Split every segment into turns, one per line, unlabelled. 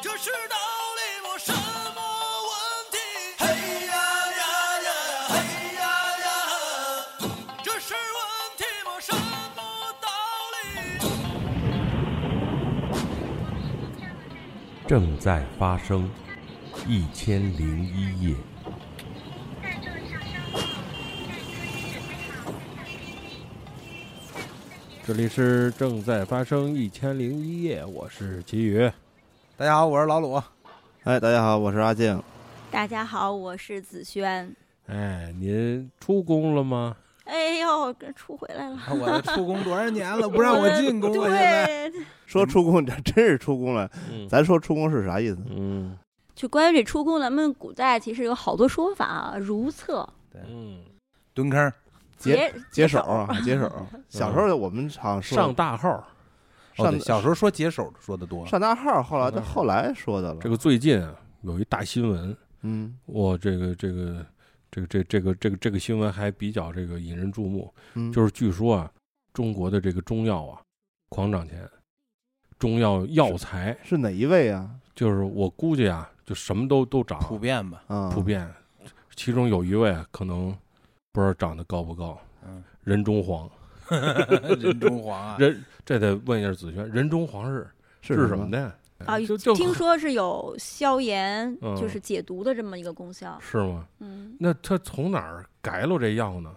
这世道里我什么问题？嘿呀呀呀呀，嘿呀呀！这是问题吗？什么道理？
正在发生，一千零一夜。
这里是正在发生一千零一夜，我是齐宇。
大家好，我是老鲁。
哎，大家好，我是阿静。
大家好，我是子轩。
哎，您出宫了吗？
哎呦，这出回来了，
啊我这出宫多少年了，不让我进宫啊！现在
对，
说出宫，这真是出宫了。
嗯
咱说出宫是啥意思？
嗯
就关于这出宫，咱们古代其实有好多说法啊，如厕、
嗯，
蹲坑，
解
解手啊，解手。小时候我们常
嗯
说
上大号，
哦对
上
小时候说解手说的多，
上大号，后来
上大号
后来说的了。
这个最近啊有一大新闻，
嗯
哇，这个这个这个这个这个这个这个新闻还比较这个引人注目，
嗯，
就是据说啊，中国的这个中药啊狂涨钱，中药药材
是哪一位啊？
就是我估计啊，就什么都都涨，
普遍吧。
啊，
普遍，其中有一位啊可能不知道长得高不高，
嗯，
人中黄，
人中皇啊，
人这得问一下子轩，人中黄是
是
什么？的？
啊
就就，
听说是有消炎，
嗯
就是解毒的这么一个功效。
是吗？
嗯，
那他从哪儿改了这药呢？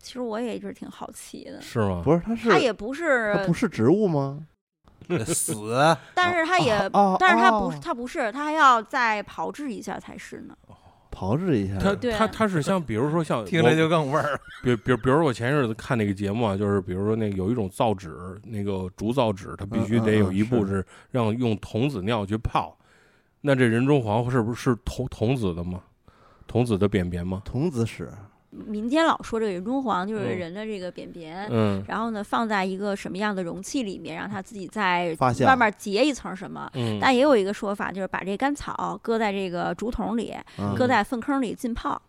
其实我也一直挺好奇的。
是吗？
不是，它是
它也不是，
它不是植物吗？
死
但是它也，
哦，
但是它
哦
不是，它不是，它还要再炮制一下才是呢。
炮制一下。
他
对啊
他他是像比如说像
听着
我
就更味儿。
比比比如我前日子看那个节目啊，就是比如说那个有一种造纸，那个竹造纸，它必须
嗯嗯
得有
嗯
一步
是
是让用童子尿去泡。那这人中黄是不是童童子的吗？童子的便便吗？
童子屎，
民间老说这个人中黄就是
嗯
人的这个便便，
嗯
然后呢放在一个什么样的容器里面，让它自己在
发酵
外面结一层什么。
嗯，
但也有一个说法，就是把这甘草搁在这个竹筒里，
啊
搁在粪坑里浸泡，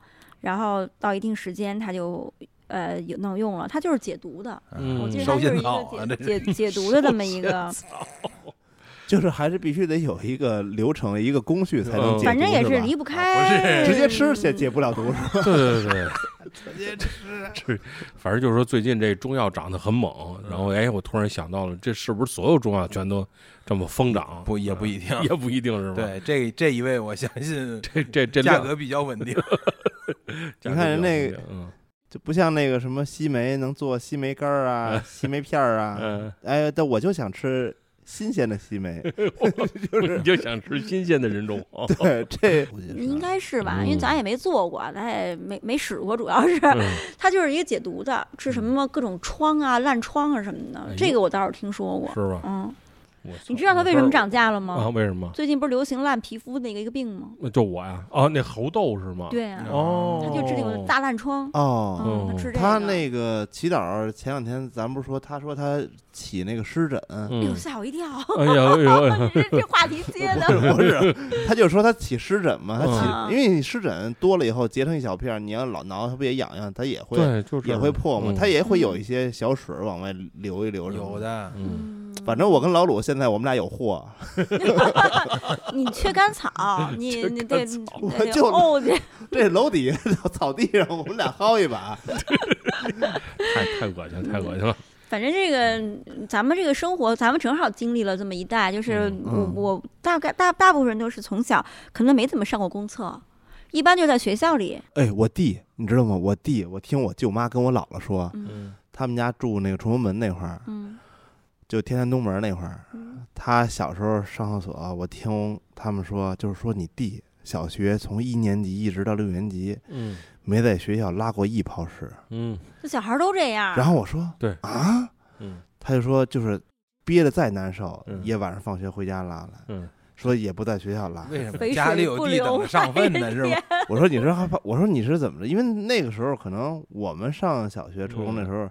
然后到一定时间它就呃有能用了，它就是解毒的。
嗯
我记得它
烧
就是
仙
一
草啊，这
个解解解毒的这么一个，
就是还是必须得有一个流程、一个工序才能
嗯
解毒，
反正也
是吧
离不
不
开，
是
直接吃解解不了毒，是吧
对对对对，
直接吃。
反正就是说最近这中药涨得很猛，然后哎，我突然想到了，这是不是所有中药全都这么疯涨？
不也不一定。
也不一定是吧？，
对，这这一位我相信
这这这
价
量
格比较稳定。
价
你
格
看人
比较
那
稳定嗯
就不像那个什么西梅能做西梅干儿 啊、西梅片儿啊。
嗯，
哎，但我就想吃新鲜的 西梅。
你就想吃新鲜的人中黄。
对，这
应该是吧？
嗯
因为咱也没做过，咱也没没使过，主要是
嗯
它就是一个解毒的，治什么各种疮啊、烂疮啊什么
哎呦
的，这个我倒是听说过。
是吧？
嗯，
我
你
操
知道它为什么涨价了
啊？
吗？
为什么？
最近不是流行烂皮肤那个一个病吗？
那就我呀，哦，那猴痘是吗？，
对啊，
哦，
它就治那种大烂疮。
哦，
嗯，它吃这个。
他那个祈祷前两天咱不是说他说他起那个湿疹，
哎呦，
嗯，
吓我一跳！
哎呀哎呦哎呦，
这这话题接的，
不是，他就说他起湿疹嘛，他
嗯
起，因为你湿疹多了以后结成一小片儿，你要老挠它不也痒痒，它 也会
对，就是
也会破嘛，
嗯
它也会有一些小水儿往外流一流什么
有。的，
嗯，
反正我跟老鲁现在我们俩有货，
你缺甘草，你你得你哦
我
得
就
沤去。
这楼底下草地上我们俩薅一把，
太太恶心，太恶心了。
反正这个咱们这个生活，咱们正好经历了这么一代，就是
嗯
我、
嗯
我大概大大部分人都是从小可能没怎么上过公厕，一般就在学校里。
哎，我弟，你知道吗？我弟，我听我舅妈跟我姥姥说，
嗯
嗯
他们家住那个崇文门那块儿，
嗯
就天坛东门那块儿。
嗯
他小时候上厕所，我听他们说，就是说你弟小学从一年级一直到六年级，
嗯
没在学校拉过一泡屎。
嗯
这小孩都这样。
然后我说，
对
啊，
嗯
他就说就是憋得再难受，
嗯
也晚上放学回家拉来，
嗯，
说也不在学校
嗯
拉。
为什么
肥
家里
水
有
不
地等
流
着上粪呢？
外
是吗？
人
我说你是害怕，我说你是怎么着？因为那个时候可能我们上小学、初中的时候，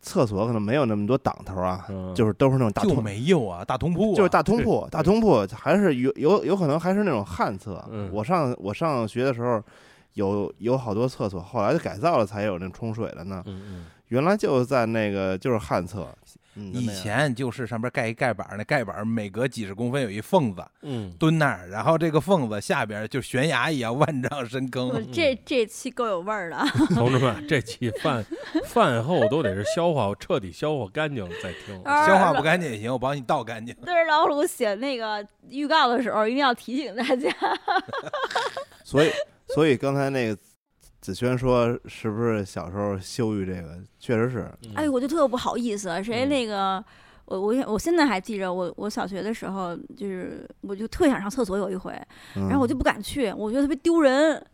厕所可能没有那么多挡头啊，
嗯
就是都是那种大
就
通，
没有啊，大通铺啊
就是大通铺
对，
大通铺还是有有有可能还是那种旱厕。
嗯
我上我上学的时候。有有好多厕所，后来改造了才有那冲水的呢。
嗯嗯
原来就在那个就是旱厕，嗯就那
以
样
前就是上边盖一盖板儿，那盖板儿每隔几十公分有一缝子，
嗯，
蹲那儿，然后这个缝子下边就悬崖一样万丈深
我
坑。
这这期够有味儿的，
同志们，这期饭饭后都得是消化彻底消化干净再听。
啊
消化不干净也行，我帮你倒干 净。
对着老虎写那个预告的时候，一定要提醒大家。
所以所以刚才那个子轩说，是不是小时候羞于这个？确实是，
嗯
哎，我就特不好意思，谁
嗯
那个。我我我现在还记着我，我小学的时候，就是我就特想上厕所有一回，
嗯、
然后我就不敢去，我觉得特别丢人。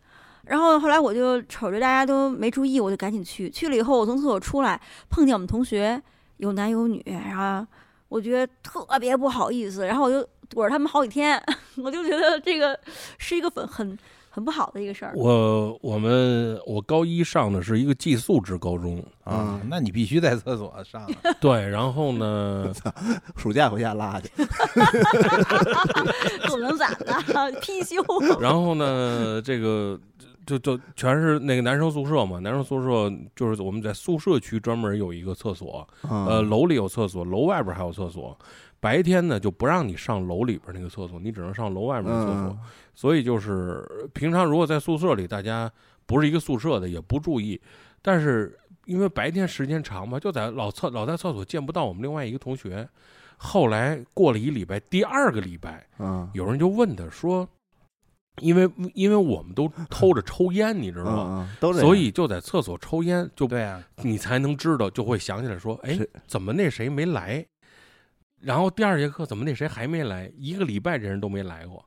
然后后来我就瞅着大家都没注意，我就赶紧去。去了以后，我从厕所出来，碰见我们同学有男有女，然后我觉得特别不好意思，然后我就躲着他们好几天， 我就觉得这个是一个很很很不好的一个事儿。
我我们我高一上的是一个寄宿制高 中，
啊
啊，那你必须在厕所上啊。
对，然后呢，
暑假回家拉去，
总能咋 的？貔貅。
然后呢，这个就就全是那个男生宿舍嘛，男生宿舍就是我们在宿舍区专门有一个厕所，呃，
嗯，
楼里有厕所，楼外边还有厕所。白天呢就不让你上楼里边那个厕所，你只能上楼外面的厕所。
嗯
所以就是呃平常如果在宿舍里，大家不是一个宿舍的，也不注意，但是因为白天时间长嘛，就在老厕老在厕所见不到我们另外一个同学。后来过了一礼拜，第二个礼拜，
嗯，
有人就问他说，因为因为我们都偷着抽烟，你知道吗？
嗯嗯都这样
所以就在厕所抽烟，就
对啊，
你才能知道，就会想起来说，哎
是，
怎么那谁没来？然后第二节课怎么那谁还没来？一个礼拜这人都没来过，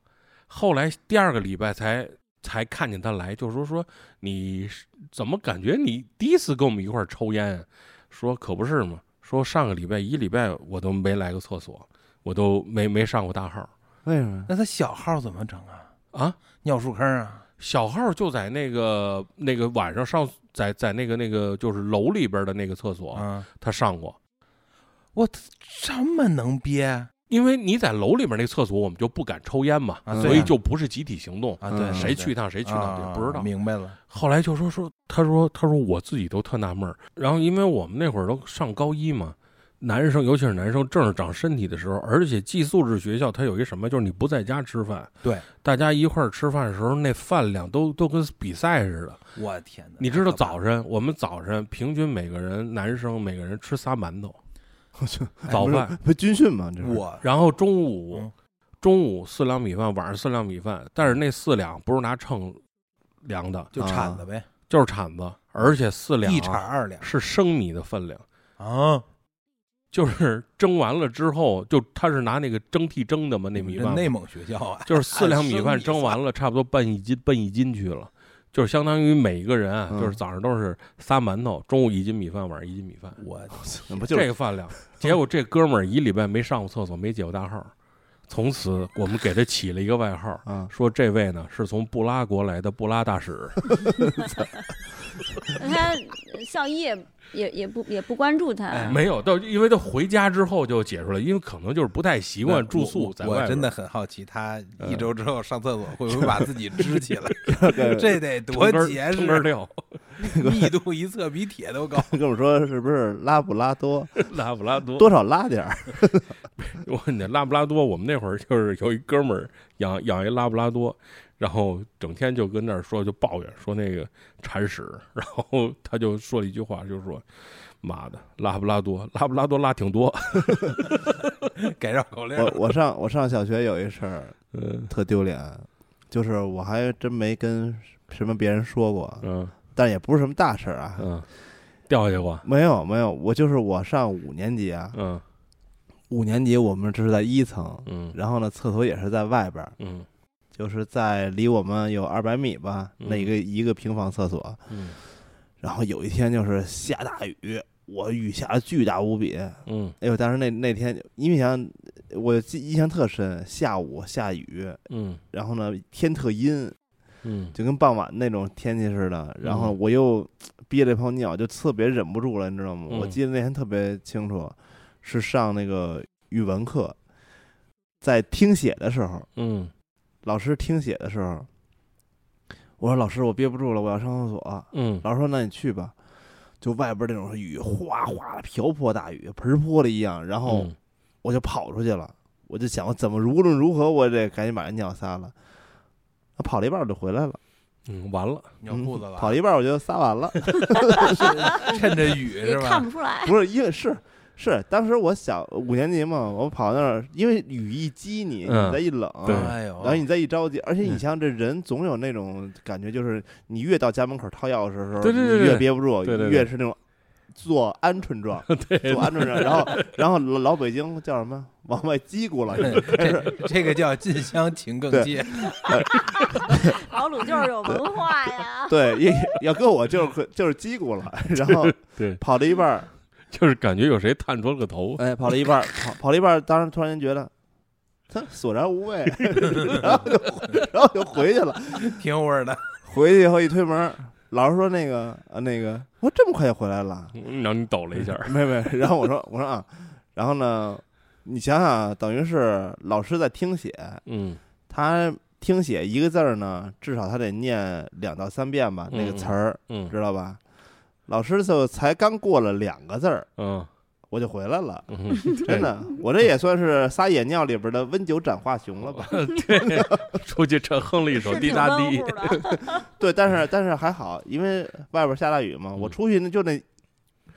后来第二个礼拜才才看见他来，就说说你是怎么感觉你第一次跟我们一块儿抽烟啊？说可不是嘛，说上个礼拜一礼拜我都没来过厕所，我都没没上过大号
为什么？
那他小号怎么整啊？
啊。
尿树坑啊？
小号就在那个那个晚上上在在那个那个就是楼里边的那个厕所，
啊，
他上过。
这么能憋啊？
因为你在楼里面那个厕所，我们就不敢抽烟嘛，
啊
嗯
所
对
以
啊
就不是集体行动，
啊，对，
嗯
谁去一趟谁
谁
去一趟也不知道。
明白了，
后来就说说，他说他说我自己都特纳闷儿。然后因为我们那会儿都上高一嘛，男生尤其是男生正是长身体的时候，而且寄宿制学校它有一什么，就是你不在家吃饭，
对，
大家一块儿吃饭的时候，那饭量都都跟比赛似的。
我天哪！
你知道
太可怕了
早晨我们早晨平均每个人男生每个人吃仨馒 头
我去，
哎
早
不是
饭，
不是军训吗？这是
我
然后中午、
嗯
中午四两米饭，晚上四两米饭，但是那四两不是拿秤量的，
就铲子呗，
就是铲子，而且四两啊
一铲二两
是生米的分量，
啊，
就是蒸完了之后，就他是拿那个蒸屉蒸的嘛，那
你们
米
这
饭嘛
内蒙学校啊，
就是四两米饭
哎按生米
蒸完了，差不多奔一斤奔一斤去了。就是相当于每一个人啊，
嗯
就是早上都是仨馒头，中午一斤米饭，晚上一斤米饭，
我的
那不就
这
是
个饭量。结果这哥们儿一礼拜没上过厕所，没解过大号，从此我们给他起了一个外号，
嗯
啊？
说这位呢是从布拉国来的布拉大使，
他校医也也也不也不关注他，
哎
没有到，因为他回家之后就解释了，因为可能就是不太习惯住宿在
我
外边嗯
真的很好奇，他一周之后上厕所会不会把自己支 起来？
个
这得
撑
多
根
结
儿撑根儿
实，
料，
密度一测比铁都高。
跟我说是不是拉布拉多？
拉布拉多，
多少拉点儿？
我跟你讲拉布拉多，我们那会儿就是有一哥们儿养养一拉布拉多，然后整天就跟那儿说就抱怨说那个铲屎，然后他就说了一句话，就说。妈的，拉布拉多，拉布拉多拉挺多，
改绕口令
我我上我上小学有一事儿
嗯
特丢脸，就是我还真没跟什么别人说过，
嗯
但也不是什么大事儿啊。
嗯，掉下去过，
没有没有，我就是我上五年级啊，
嗯
五年级我们这是在一层，
嗯
然后呢厕所也是在外边儿，
嗯
就是在离我们有二百米吧，那一个一个平房厕所。
嗯
然后有一天就是下大雨，我雨下的巨大无比，
嗯
哎呦！当时那那天印象我记印象特深，下午下雨，
嗯
然后呢天特阴，
嗯，
就跟傍晚那种天气似的。然后我又憋了一泡尿，就特别忍不住了，你知道吗？
嗯
我记得那天特别清楚，是上那个语文课，在听写的时候，
嗯
老师听写的时候，我说老师，我憋不住了，我要上厕所。
嗯
老师说那你去吧，就外边那种雨哗哗的瓢泼大雨，盆泼了一样，然后
嗯
我就跑出去了，我就想我怎么无论如何我得赶紧把人尿撒了。啊跑了一半我就回来了，
嗯，完了，
尿裤子
嗯
了，
跑了一半我就撒完了，
趁着雨
也
是吧？
看不出来。
不是因为是是当时我小五年级嘛，我跑那儿，因为雨一激你，
嗯
你再一冷，
对
哎
然后
呦，
你再一着急，而且你
嗯
像这人总有那种感觉，就是你越到家门口掏钥匙的时候，
对对对
你
对
越憋不住，
对对对
越是那种做鹌 鹑状，做鹌鹑状，然后然后老老北京叫什么往外叽 咕了，
这这个叫近乡情更
对，
怯，
老鲁就是有文化 呀
对，也要跟我就是 就是叽咕 了，然后
对，
跑了一半儿，
就是感觉有谁探出了个头，
哎，跑了一半儿，跑跑了一半儿，当时突然间觉得。哼索然无味， 然后就然后就回去了。
挺味儿的。
回去以后一推门，老师说那个呃那个，我说这么快就回来了，
嗯然后你抖了一下，
没有没有，然后我说我说啊， 然后呢，你想想啊，等于是老师在听写，
嗯
他听写一个字儿呢，至少他得念两到三遍吧，那个词儿、
嗯
知道吧？老师就才刚过了两个字儿，
嗯
我就回来了，
嗯，
真的，我这也算是撒野尿里边的温酒斩 华雄了
哦
吧？
出去这哼了一首
是
滴
挺
答
温
滴
乎， 的。
对，但是但是还好，因为外边下大雨嘛，我
嗯
出去那就那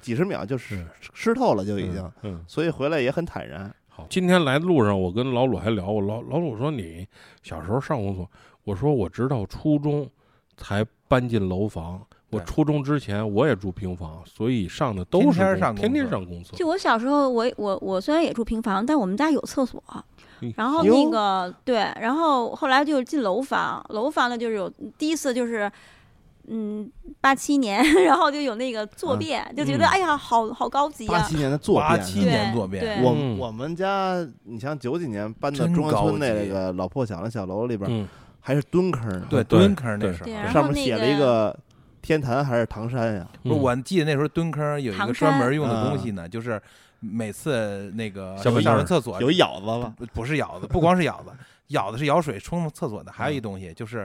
几十秒就湿湿透了，就已经，
嗯。
所以回来也很坦然。
今天来的路上，我跟老鲁还聊，我老老鲁说你小时候上过所，我说我直到初中才搬进楼房。我
对
初中之前我也住平房，所以上的都是
天天
公
上公
天天
厕
上公厕。
就我小时候，我我我虽然也住平房，但我们家有厕所。
嗯
然后
哟
那个对，然后后来就是进楼房，楼房呢就是有第一次就是，嗯，八七年， 然后就有那个坐
嗯
便，就觉得、
嗯
哎呀，好好高级
八
呀、
七年的啊坐
八
便，
七
对
年坐便，
对
我
嗯
我们家，你像九几年搬到
真
中关
高
村那
级
个老破小的小楼里边，
嗯，
还是蹲坑呢，
对
对
蹲坑那
对
时
对，
候。
然
上
后
面
那
写了一个天坛还是唐山呀？
嗯
不是，我记得那时候蹲坑有一
唐
个
山
专门用的东西呢，就是每次那个
小板凳
上
儿
完厕所
有舀子吧？
不不是舀子，不光是舀子， 舀子是舀水冲厕所的，还有一东西就是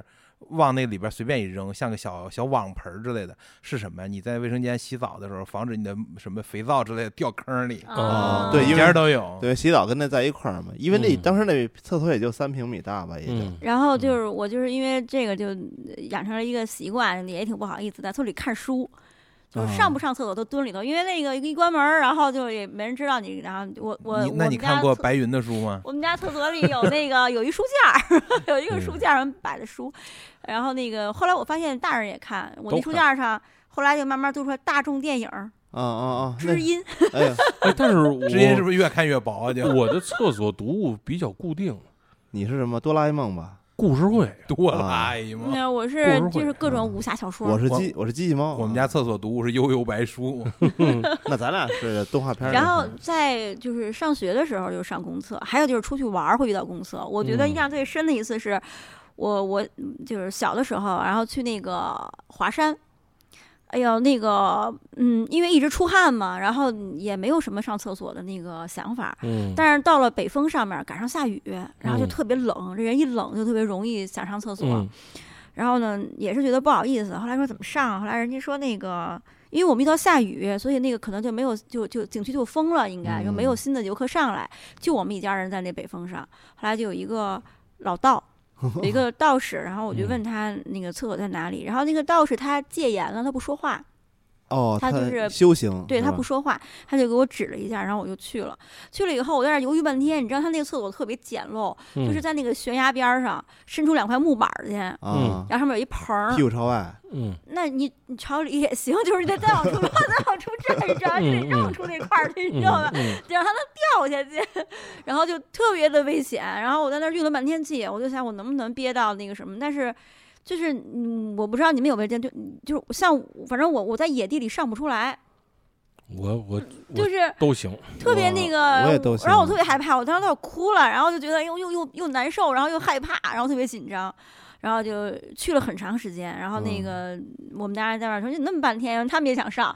往那里边随便一扔，像个小小网盆儿之类的，是什么呀？你在卫生间洗澡的时候，防止你的什么肥皂之类的掉坑里，
啊
哦
对因为
每家都有。
对，洗澡跟那在一块儿嘛，因为那
嗯
当时那厕所也就三平米大吧，也就
嗯，
然后就是我就是因为这个就呃养成了一个习惯，也挺不好意思的，在厕所里看书，
啊
就是上不上厕所都蹲里头，因为那个一关门儿，然后就也没人知道你，然后我我
你
我
那
们
你
家
看过
厕
白云的书吗？
我们家厕所里有那个有一书架儿， 有一个
嗯
书架上摆着书，然后那个后来我发现大人也看，我
都
那书架上后来就慢慢做出来大众电影儿
啊啊啊！
《知
那
音》，
哎呀，
哎，但是
知音是
我
不是越看越薄啊？就
我的厕所读物比较固定，
你是什么哆啦 A 梦吧？
故事会
多拉一吗？
那我
故
是
事会
就是
嗯
各
啊
种武侠小说
我
儿。
是
我
机我是机器猫啊，
我们家厕所读物是悠悠白书，
那咱俩是动画片儿那
然
块儿。
后在就是上学的时候就上公厕，还有就是出去玩儿会遇到公厕。我
嗯
觉得印象最深的一次是，我我嗯就是小的时候，然后去那个华山，哎呦那个嗯，因为一直出汗嘛，然后也没有什么上厕所的那个想法。
嗯，
但是到了北风上面赶上下雨，然后就
嗯
特别冷，这人一冷就特别容易想上厕所。
嗯
然后呢，也是觉得不好意思。后来说怎么上？啊后来人家说那个，因为我们遇到下雨，所以那个可能就没有，就就景区就封了，应该就没有新的游客上来，就我们一家人在那北风上。后来就有一个老道。有一个道士，然后我就问他那个厕所在哪里，然后那个道士他戒严了，他不说话，
哦，
他就是
修行，
对
是
他
吧
不说话，他就给我指了一下，然后我就去了。去了以后，我在那儿犹豫半天，你知道他那个厕所特别简陋，
嗯
就是在那个悬崖边儿上伸出两块木板儿去，然
啊，
后上面有一盆儿
屁，股朝外，
嗯
那你你朝里也行，就是你得再往出 再往出站一站，
嗯
得绕出那块儿去，你知道吧？
嗯
得让它能掉下去，然后就特别的危险。然后我在那儿运了半天气，我就想我能不能憋到那个什么，但是。就是嗯，我不知道你们有没有见，就就是像反正我我在野地里上不出来，
我我
就
我
是
都行，
特别
我
那
我也
个
都，行
呃然后我特别害怕，我当时都要哭了，然后就觉得又又又又难受，然后又害怕，然后特别紧张，然后就去了很长时间。然后那
嗯
个、我们家人在那儿说你那么半天，他们也想上。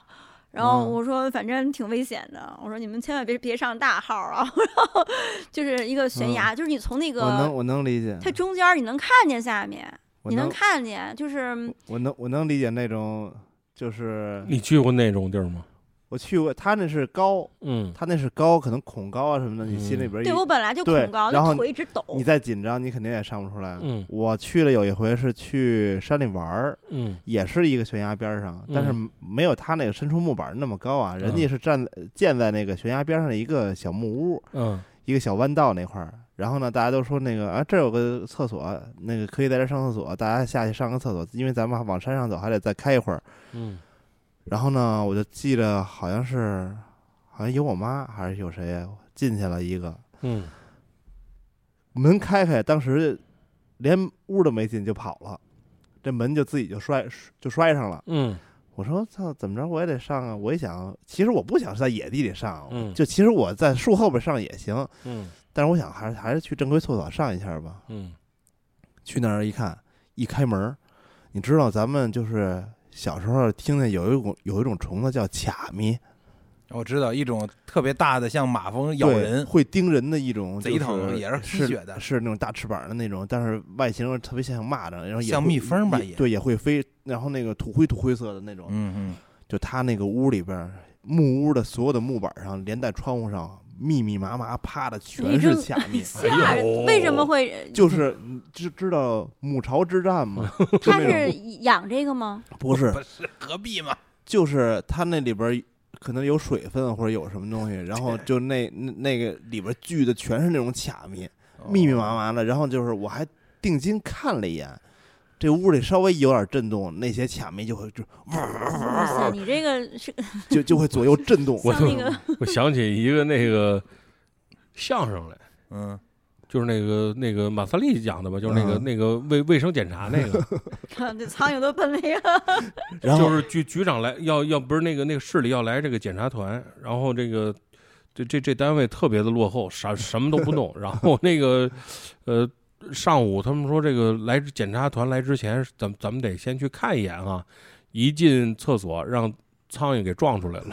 然后
嗯
我说，反正挺危险的。我说你们千万别别上大号啊！ 然后就是一个悬崖，就是你从那
嗯我能
个
我能理解，
它中间儿你能看见下面，
我
你能
能
看见，就是
我能我能理解那种就是
你去过那种地儿吗？
我去过，他那是高，
嗯，
他那是高，可能恐高啊什么的，你
嗯
心里边一
对我本来就
对
恐高，
然后
那腿一直抖。
你再紧张，你肯定也上不出来。
嗯
我去了有一回是去山里玩儿，
嗯
也是一个悬崖边儿上，但是没有他那个伸出木板儿那么高啊，人
嗯
家是站在建在那个悬崖边上的一个小木屋，
嗯
一个小弯道那块儿。然后呢，大家都说那个啊，这儿有个厕所，那个可以在这儿上厕所，大家下去上个厕所，因为咱们往山上走还得再开一会儿。
嗯
然后呢，我就记得好像是，好像有我妈还是有谁进去了一个，
嗯，
门开开，当时连屋都没进就跑了，这门就自己就摔就摔上了。
嗯
我说操，怎么着我也得上啊！我一想，其实我不想是在野地里上，
嗯
就其实我在树后边上也行，
嗯
但是我想还是还是去正规厕所上一下吧。
嗯
去那儿一看，一开门，你知道咱们就是小时候听见有一种有一种虫子叫卡咪，
我知道一种特别大的，像马蜂咬
对
人，
会叮人的一种，
贼疼也是
是
吸血的
是，是那种大翅膀的那种，但是外形特别像蚂蚱，然后也
像
会
蜜蜂吧
也
也
对，也会飞，然后那个土灰土灰色的那种，
嗯嗯，
就他那个屋里边儿木屋的所有的木板上，连带窗户上密密麻麻趴的全是卡密，
吓人！哎为什么会？
哎就是你知知道母巢之战吗？就
他
那种
是养这个吗？
不是
不是何必嘛？
就是它那里边儿可能有水分或者有什么东西，然后就那那那个里边聚的全是那种卡密，
哦
密密麻麻的。然后就是我还定睛看了一眼，这屋里稍微有点震动，那些卡密就会就
哇塞，你这个是
就就会左右震 动。
我
像那个
我想起一个那个相声来。
嗯，
就是那个那个马三立讲的吧，就是那个、
嗯
那个卫卫生检查那个，
这苍蝇都奔那个，
然后
就是局局长来要要不是那个那个市里要来这个检查团，然后这个这这这单位特别的落后，啥什么都不弄。然后那个呃上午他们说这个来检查团来之前，咱咱们得先去看一眼啊。一进厕所让苍蝇给撞出来了，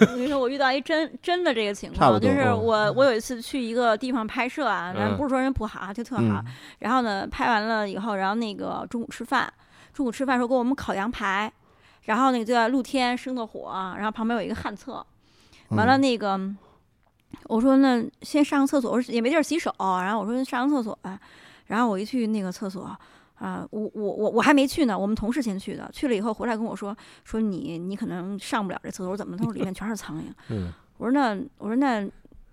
我跟你说，我遇到一真真的这个情
差不
况，
多
就是
嗯
我我有一次去一个地方拍摄啊，然后
嗯
不是说人不好啊，就特好，
嗯
然后呢拍完了以后，然后那个中午吃饭，中午吃饭时候给我们烤羊排，然后那个就在露天生的火，然后旁边有一个旱厕，完了那个。我说那先上个厕所，我说也没地儿洗手，然后我说上个厕所吧，然后我一去那个厕所，啊、我我我我还没去呢，我们同事先去的，去了以后回来跟我说说你你可能上不了这厕所，我说怎么？他说里面全是苍蝇。
嗯
我说那我说那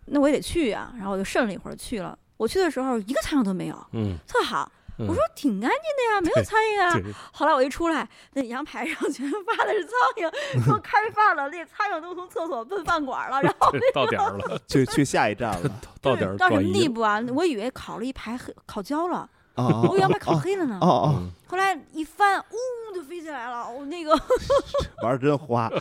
那我也得去啊，然后我就慎了一会儿去了。我去的时候一个苍蝇都没有，
嗯，
特好。
嗯
我说挺干净的呀，没有苍蝇啊。
对，
后来我一出来，那羊排上全发的是苍 蝇，都开饭了，那苍蝇都从厕所奔饭馆了，然 后
到点儿了，
去去下一站了
到点儿
哦到
转
什么
移
地。步啊？我以为烤了一排黑烤焦了，
啊
哦
我以为羊排烤
啊
黑了呢
啊。啊！
嗯
后来一翻，呜就飞起来了，我那个
啊
玩儿真花，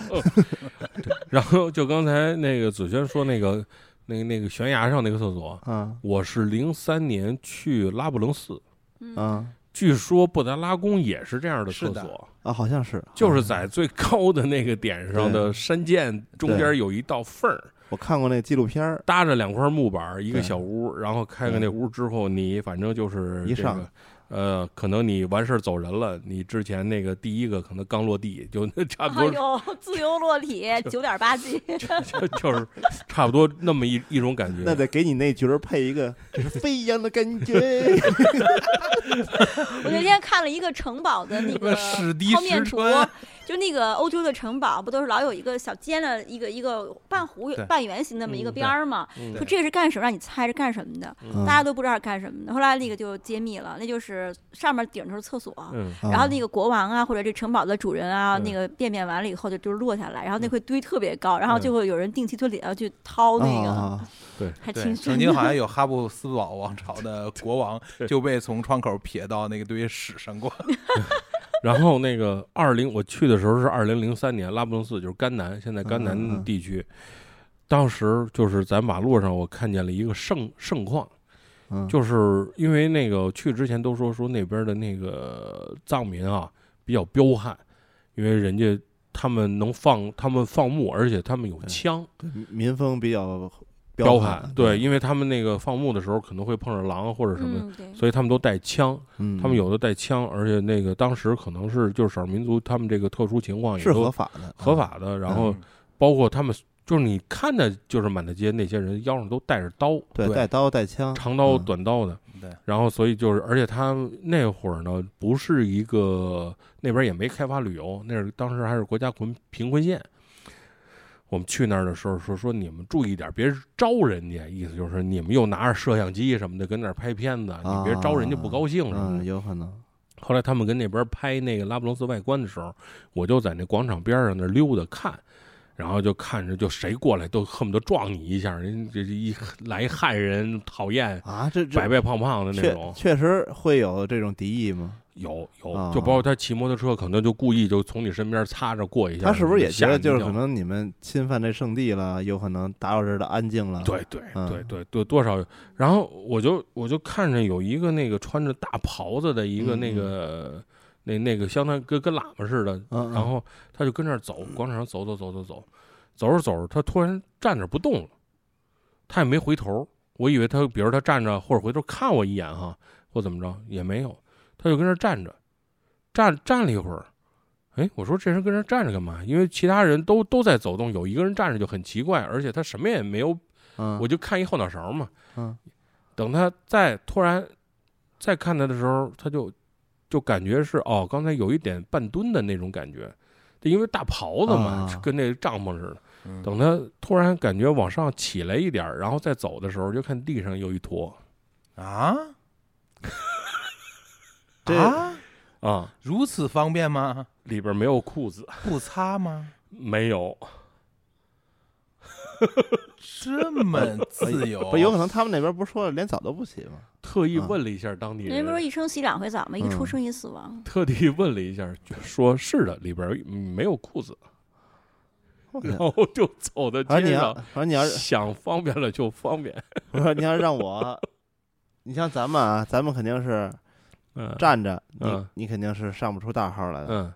然后就刚才那个子轩说那个那个那个悬崖上那个厕所，
嗯
我是零三年去拉卜楞寺，
嗯
据说布达拉宫也是这样的
是
厕
的
所，
啊，好像是，
就是在最高的那个点上的山涧中间
对
有一道缝儿，
我看过那纪录片儿，
搭着两块木板儿，一个
对
小屋，然后开开那屋之后，你反正就是
一
这
上
个。呃，可能你完事儿走人了，你之前那个第一个可能刚落地，就 差不
哎
多
呦，自由落 体九点八 G，
就 就是差不多那么一一种感觉。
那得给你那角儿配 一个，这是飞一样的感觉。
我那天看了一个城堡的那个
史迪
剖面
石
图
川，
就那个欧洲的城堡不都是老有一个小尖的一个一个半弧
对
半圆形那么一个边儿吗？
嗯
说这个是干什么？让你猜是干什么的？
嗯
大家都不知道是干什么的。后来那个就揭秘了，那就是上面顶着是厕所。
嗯
然后
啊
那个国王啊，或者这城堡的主人啊，
嗯
那个便便完了以后就就落下来，然后那会堆特别高，然后就会有人定期从底下去掏 那
啊
个，
啊
还
对，
挺神
曾
的
经好像有哈布斯堡王朝 的国王
对
就被从窗口撇到那个堆屎上过。
然后那个二零，我去的时候是二零零三年，拉卜楞寺就是甘南，现在甘
嗯嗯
南
嗯
地区。当时就是在马路上，我看见了一个盛盛况，
嗯
就是因为那个去之前都说说那边的那个藏民啊比较彪悍，因为人家他们能放他们放牧，而且他们有枪，
民风比较嗯彪嗯
悍，对，，因为他们那个放牧的时候可能会碰上狼或者什么，
嗯，对，
所以他们都带枪，
嗯，
他们有的带枪，而且那个当时可能是就是少数民族他们这个特殊情况也
是合
都
法的，
合法的，然
哦
后
嗯
包括他们就是你看的，就是满大街那些人腰上都带着刀，
对，
对
带刀带枪，
长刀
嗯
短刀的，
对，
然后所以就是，而且他那会儿呢，不是一个那边也没开发旅游，那是当时还是国家贫贫困县。我们去那儿的时候说说你们注意点，别招人家，意思就是你们又拿着摄像机什么的跟那儿拍片子，你别招人家不高兴什么
嗯，
的。
有可能，
后来他们跟那边拍那个拉卜楞寺外观的时候，我就在那广场边上那儿溜达看，然后就看着就谁过来都恨不得撞你一下，人这一来一汉人讨厌，
啊，这这
白白胖胖的那
确
种。
确实会有这种敌意吗？
有有，
啊
就包括他骑摩托车，可能就故意就从你身边擦着过一下，
他是不是也觉
吓
得
你一
就是
跳
可能你们侵犯这圣地了，有可能打扰这儿的安静了？
对对
嗯
对对对多少有？然后我就我就看着有一个那个穿着大袍子的一个
嗯
那
嗯
个、那那个相当于跟跟喇嘛似的，
嗯，嗯，
然后他就跟那儿走，广场上走走走走走，走着走着，他突然站着不动了，他也没回头。我以为他，比如他站着或者回头看我一眼哈，或怎么着也没有，他就跟那儿站着，站站了一会儿。哎，我说这人跟那儿站着干嘛？因为其他人都都在走动，有一个人站着就很奇怪，而且他什么也没有，
嗯
我就啊看一后脑勺嘛。
嗯，
等他再突然再看他的时候，他就就感觉是哦，刚才有一点半蹲的那种感觉，就因为大袍子嘛，
啊
是跟那帐篷似的。
嗯
等他突然感觉往上起来一点儿，然后再走的时候，就看地上有一坨
啊
这
啊，
啊，
如此方便吗？
里边没有裤子，
不擦吗？
没有，
这
哎
么自由？
不有可能他们那边不是说了连澡都不洗 吗？
特意
啊
问了一下当地
人家
人，
不是说一生洗两回澡吗？一个出
嗯
生一死亡，
特地问了一下，说是的，里边儿没有裤子，然后就走到
反
街
正嗯你要
上，，
反正你要是
想方便了就方便，
我说你要让我，你像咱们啊，咱们肯定是
嗯
站着，你
嗯
你肯定是上不出大号来的。
嗯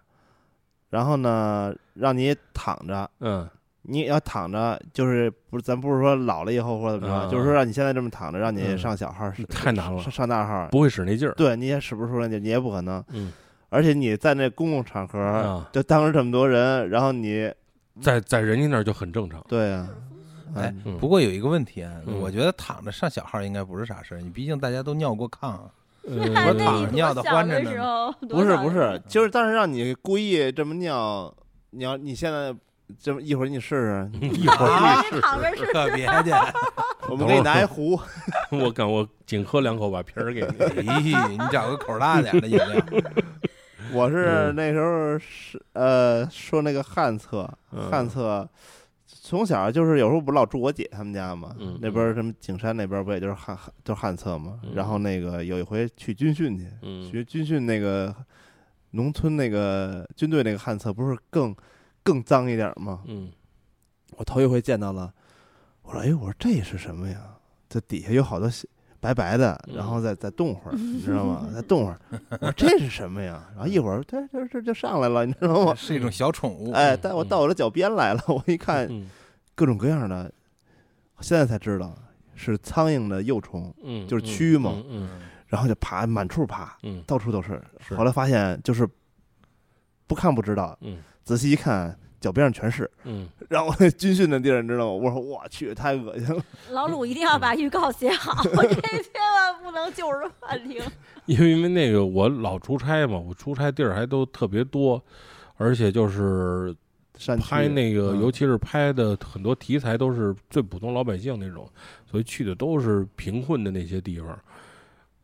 然后呢，让你躺着，
嗯
你要躺着，就是不是咱不是说老了以后或者怎么
嗯
着，就是说让你现在这么躺着，让你
嗯
上小号是
太难了
上上大号，
不会使那劲儿，
对你也使不出来，你你也不可能。
嗯，
而且你在那公共场合
啊，
就当着这么多人，然后你
在在人家那儿就很正常。
对啊，
哎
嗯，
嗯
不过有一个问题啊，
嗯
我觉得躺着上小号应该不是啥事儿，你毕竟大家都尿过炕啊，
呃
嗯
那
我躺着
你多
尿得
小
欢着
的
呢
时候，多
不是
小
不
的时
是，就是但是让你故意这么尿，你要你现在这么一会儿你试试，
一
啊
会
候，
儿
人家躺着是
可别去，
我们给你拿一壶，
我敢我仅喝两口把瓶儿给你。
咦，哎你找个口大点儿的饮 料，
我是
嗯
那时候是呃说那个旱厕，
嗯
旱厕从小就是有时候不老住我姐他们家嘛
嗯，
那边儿什么景山那边儿不也就是旱就是旱厕嘛
嗯，
然后那个有一回去军训去，
嗯
学军训那个农村那个军队那个旱厕不是更更脏一点儿吗？
嗯
我头一回见到了，我说哎，我说这是什么呀？这底下有好多小白白的，
嗯
然后再再动会儿，你知道吗？ 再动会儿，我说这是什么呀？然后一会儿，对，这这就上来了，你知道吗？
是一种小宠物。
哎，但我到我的脚边来了，我一看
嗯
各种各样的，现在才知道是苍蝇的幼虫，
嗯，
就是蛆嘛
嗯
然后就爬，满处爬，
嗯
到处都是。
是
后来发现就是不看不知道，
嗯
仔细一看脚边上全是。
嗯
然后那军训的地儿，你知道吗？我说我去，太恶心了。
老鲁一定要把预告写好， 这千万不能就着幻听。
嗯，因为因为那个我老出差嘛，我出差地儿还都特别多，而且就是
山区
拍那个，
嗯
尤其是拍的很多题材都是最普通老百姓那种，所以去的都是贫困的那些地方。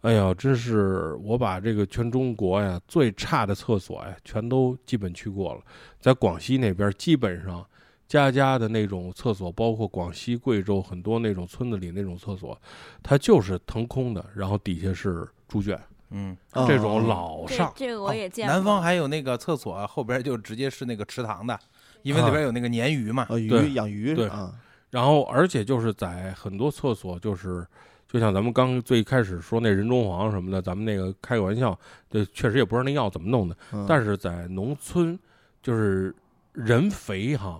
哎呀，真是我把这个全中国呀最差的厕所呀，全都基本去过了。在广西那边，基本上家家的那种厕所，包括广西、贵州很多那种村子里那种厕所，它就是腾空的，然后底下是猪圈，
嗯，
哦
这种老
这
上。
这个我也见
哦
过。
南方还有那个厕所后边就直接是那个池塘的，因为里
啊
边有那个鲶鱼嘛。
呃鱼
对
养鱼
对
啊，
然后，而且就是在很多厕所，就是就像咱们刚最开始说那人中黄什么的，咱们那个开个玩笑，这确实也不知道那药怎么弄的。
嗯
但是在农村，就是人肥哈，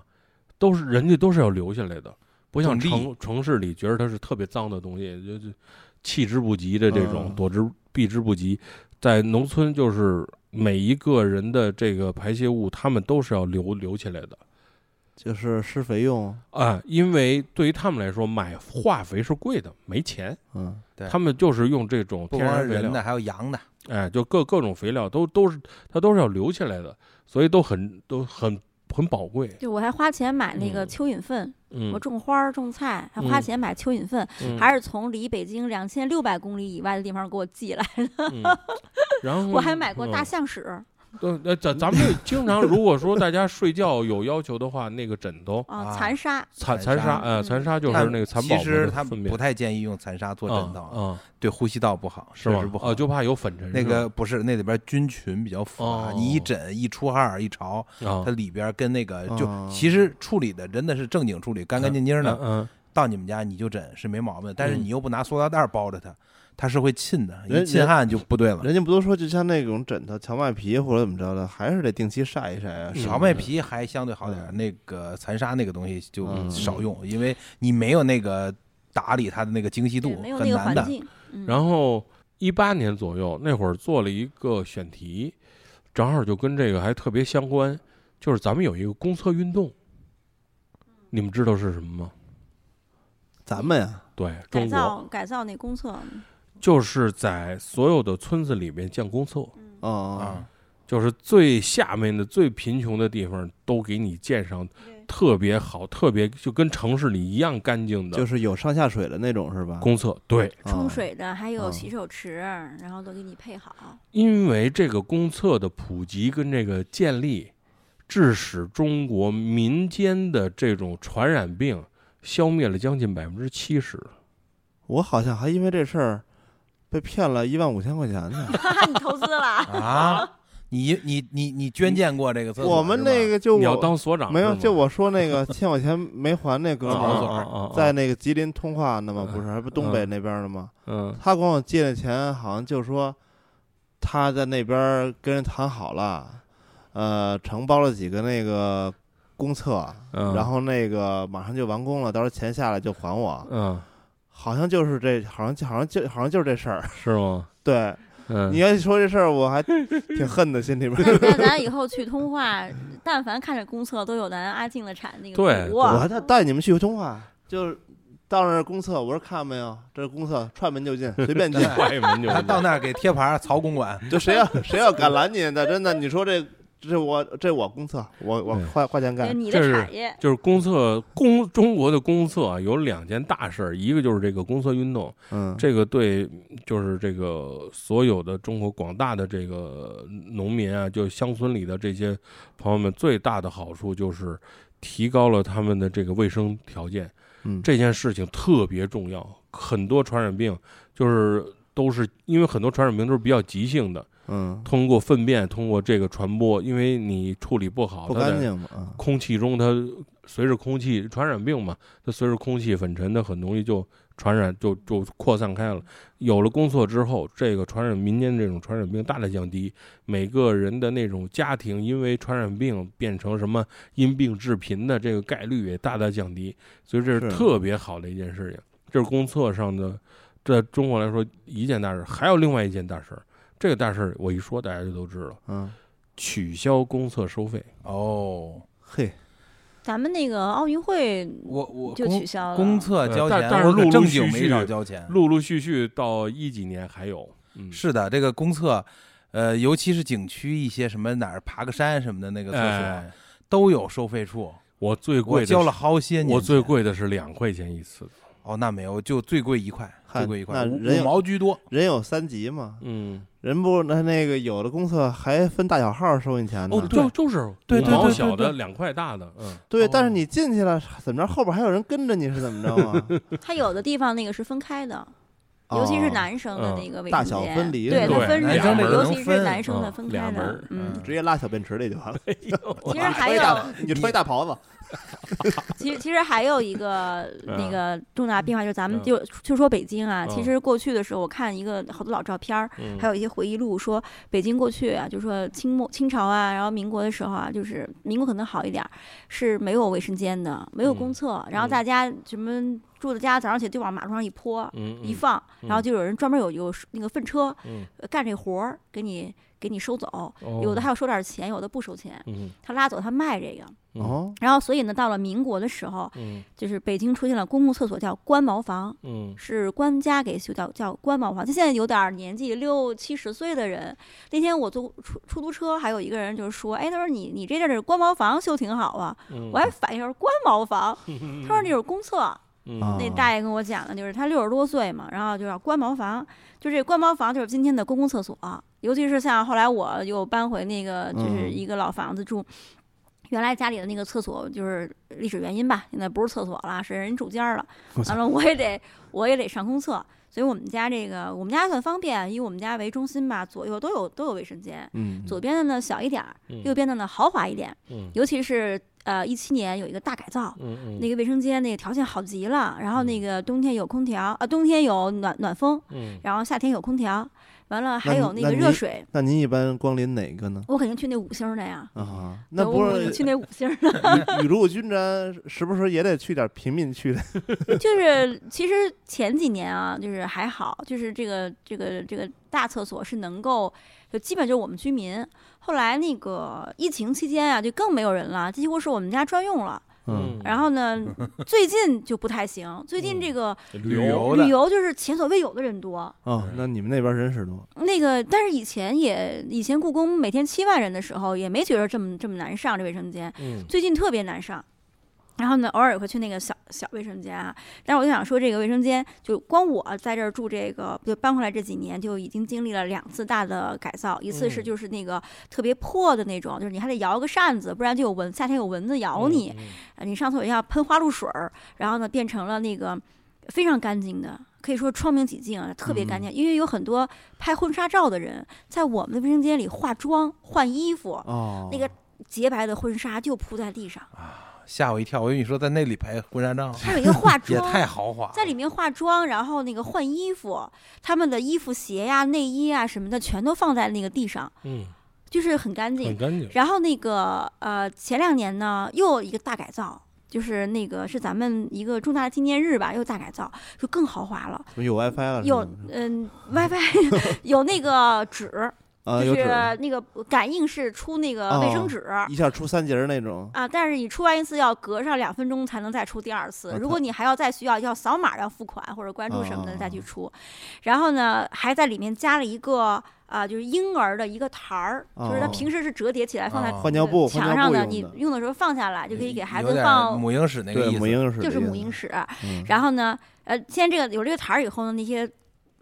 都是人家都是要留下来的。不像
种
城城市里觉得它是特别脏的东西，就是弃之不及的这种
嗯
躲之避之不及。在农村，就是每一个人的这个排泄物，他们都是要留留起来的
就是施肥用，
啊，因为对于他们来说，买化肥是贵的，没钱，
嗯，
对
他们就是用这种
哎不
天
光
然
是
肥料
人的，还有羊的，
哎，就各各种肥料都都是它都是要留起来的，所以都很都很很宝贵。
就我还花钱买那个
嗯
蚯蚓粪，
嗯
我，种花儿种菜，还花
嗯
钱买蚯蚓粪，
嗯
还是从离北京两千六百公里以外的地方给我寄来。
嗯然后
我还买过大
嗯
象屎
呃，那咱咱们这经常，如果说大家睡觉有要求的话，那个枕头
啊，
啊
残沙
残残
残杀嗯
沙，呃，残沙就是
但
那个蚕宝
其
宝
实
的
他
粪便
不，太建议用残沙做枕头，
啊，
对呼吸道不好，
是
确实
吗
不？好。
啊，就怕有粉尘。
那
是
个不是那里边菌群比较复杂，
哦
你一枕一出汗一潮，
吧啊
它，里边跟那个就
哦
其实处理的真的是正经处理，干干净净的。
嗯，
到你们家你就枕是没毛病的，但是
嗯
你又不拿塑料袋包着它，它是会沁的，一
人
沁汗就不对了。
嗯
人家不都说，就像那种枕头、荞麦皮或者怎么着的，还是得定期晒一晒啊。
嗯
是
荞麦皮还相对好点儿，那个残沙那个东西就
嗯
少用，因为你没有那个打理它的那个精细
对
度，
没有
很
那个
难
环
的。
境。嗯
嗯然后一八年左右那会儿做了一个选题，正好就跟这个还特别相关，就是咱们有一个公厕运动，
嗯
你们知道是什么吗？
咱们呀，
对
改
中国
造改造那公厕，
就是在所有的村子里面建公厕，
嗯
哦
啊，
就是最下面的、最贫穷的地方，都给你建上特别好、特别就跟城市里一样干净的
就是有上下水的那种是吧？
公厕。对，
啊
冲水的，还有
嗯
洗手池，然后都给你配好。
因为这个公厕的普及跟这个建立，致使中国民间的这种传染病消灭了将近百分之七十。
我好像还因为这事儿被骗了一万五千块钱呢。
哈哈，你投资了？
啊！你你你你捐建过这个厕所？
我们那
个。
个就
你要
我
当所长
没有，
是吗
就我说 那个欠我钱没还那哥们
啊啊
儿，
啊啊啊
在那个吉林通化呢嘛，
嗯
不是还不东北那边呢嘛，
嗯
他管我借的钱好像就说他在那边跟人谈好了，呃，承包了几个那个公厕，
嗯，
然后那个马上就完工了，到时候钱下来就还我。
嗯
好像就是这，好像好像就好像就是这事儿。
是吗？
对，
嗯
你，要一说这事儿，我 还挺恨的，心里 边儿。
那那咱以后去通化，但凡看着公厕，都有咱阿静的产那个啊
对
图
我还带带你们去通化，就是到那儿公厕，我说看没有，这是公厕，踹门就进，随便进
坏门就
他到那儿给贴牌儿，曹公馆。
就谁要谁要敢拦你的，真的，你说这这我这我公厕，我我
对
花花钱
这是
干。
你
这
的
是
产业。
就是公厕公中国的公厕啊，有两件大事儿，一个就是这个公厕运动，
嗯，
这个对就是这个所有的中国广大的这个农民啊，就乡村里的这些朋友们最大的好处就是提高了他们的这个卫生条件，
嗯
这件事情特别重要，很多传染病就是都是因为很多传染病都是比较急性的，
嗯
通过粪便通过这个传播，因为你处理不好，
不
它在
干净嘛啊。
空气中它随着空气传染病嘛，它随着空气粉尘，它很容易就传染，就就扩散开了。有了公厕之后，这个传染民间这种传染病大大降低，每个人的那种家庭因为传染病变成什么因病致贫的这个概率也大大降低，所以这是
是
特别好的一件事情。这是公厕上的，在中国来说一件大事，还有另外一件大事，这个大事我一说大家就都知道，
嗯，
取消公厕收费。
哦，
嘿，
咱们那个奥运会
我我
就取
公
消了，
公厕交
呃
钱
但，但是
我可
陆陆
正
续
经没
续
少交钱。
陆陆续续到一几年还有，嗯，
是的，这个公厕，呃，尤其是景区一些什么哪儿爬个山什么的那个厕所，
哎，
都有收费处。
我最贵
我
的
交
是
了，好些年钱，
我最贵的是两块钱一次，
哦，那没有，就最贵一块，
嗨
最贵一块，
那
五
人
五
有
毛居多。
人有三级嘛，
嗯，
人不那那个有的公厕还分大小号收你钱
哦
呢。
就就是
对
五
对
毛
对对
小的
对
两块大的，嗯，
对
哦
但是你进去了怎么着，后边还有人跟着你是怎么着 啊？
它有的地方那个是分开的，尤其是
哦
男生的那个卫生间，
大小分离
对，它
嗯对
分
男生这个
尤
能
其是
分
男生的
嗯
分
俩
开
门
的
儿，
嗯，哎
直接拉小便池里就完了。
其实
你穿
还
一
有
大你穿一大袍子，
其实其实还有一个那个重大变化，就是咱们就就说北京啊，其
嗯
实过去的时候，我看一个好多老照片儿，
嗯
还有一些回忆录，说北京过去啊，就说清末、清朝啊，然后民国的时候啊，就是民国可能好一点儿，是没有卫生间的，没有公
嗯
厕，然后
嗯
大家什么住的家，早上起来就往马路上一泼。
嗯
一放，然后
嗯
就有人专门有有那个粪车
嗯哦
呃干这活儿，给你给你收走，有的还
有
要收点儿钱，有的不收钱，
嗯
他拉走他卖这个。
嗯
哦，
然后所以呢，到了民国的时候，
嗯
就是北京出现了公共厕所叫官茅房，
嗯
是官家给修叫叫官茅房。就现在有点儿年纪六七十岁的人，那天我坐出出租车，还有一个人就是说，哎，他说你你这地儿官茅房修挺好啊，
嗯，
我还反应说官茅房，他说那是公厕，
嗯
那
啊
大爷跟我讲的就是他六十多岁嘛，然后就要关茅房，就这关茅房就是今天的公共厕所，尤其是像后来我又搬回那个就是
嗯
一个老房子住。原来家里的那个厕所就是历史原因吧，现在不是厕所了，是人住间儿了。
我
完
操
了，我也得我也得上公厕，所以我们家这个我们家还算方便，以我们家为中心吧，左右都有都有卫生间，
嗯，
左边的呢小一点儿，
嗯
右边的呢豪华一点，
嗯
尤其是呃一七年有一个大改造，
嗯
那个卫生间那个条件好极了，然后那
嗯
个冬天有空调啊，冬天有暖暖风，
嗯
然后夏天有空调，完了还
那
有
你
那个
那
热
你
水，
那您一般光临哪个呢？
我肯定去那五星儿的呀，
啊，那
我
不
我去
是
那五星儿的，
雨 露均沾，时不时也得去点平民区的。
就是其实前几年啊，就是还好，就是这个这个这个大厕所是能够，就基本就是我们居民。后来那个疫情期间啊，就更没有人了，几乎是我们家专用了。
嗯，
然后呢，最近就不太行，最
嗯
近这个
旅游的
旅游就是前所未有的人多。
哦，那你们那边人是多，
那个，但是以前也以前故宫每天七万人的时候，也没觉得这么这么难上这卫生间，
嗯
最近特别难上。然后呢，偶尔也会去那个小小卫生间啊。但是我就想说，这个卫生间就光我在这儿住这个，就搬回来这几年就已经经历了两次大的改造，一次是
嗯
就是那个特别破的那种，就是你还得摇个扇子，不然就有蚊，夏天有蚊子咬
嗯
你。呃你上厕所要喷花露水儿，然后呢变成了那个非常干净的，可以说窗明几净啊，特别干
嗯
净。因为有很多拍婚纱照的人在我们的卫生间里化妆、换衣服，
哦，
那个洁白的婚纱就铺在地上，
哦吓我一跳，我以为你说在那里拍婚纱照，
他有一个化
也
妆。
太豪华了，
在里面化妆，然后那个换衣服，他们的衣服、鞋呀、内衣啊什么的，全都放在那个地上，
嗯
就是很干净
很。干净，
然后那个呃，前两年呢，又有一个大改造，就是那个是咱们一个重大的纪念日吧，又大改造，就更豪华了。
怎么有 WiFi 了？
有嗯，WiFi 有那个纸，
啊，
就
有
是
纸，
那个感应式出那个卫生
哦
纸。
一下出三节儿那种。
啊，但是你出完一次要隔上两分钟才能再出第二次
啊。
如
它
果你还要再需要要扫码要付款或者关注什么的再去
哦
出，然后呢还在里面加了一个啊，就是婴儿的一个台儿，就是它
哦
平时是折叠起来放在
哦
换尿布，换
墙
尿
上
布
的，
用
你用的时候放下
嗯
来就可以给孩
有
子
点
放，
母婴室那个
对
意
母
思，
婴室
就是
的
母
意
婴
思。
室。
嗯
然后呢，呃，现在这个有了这个台儿以后呢，那些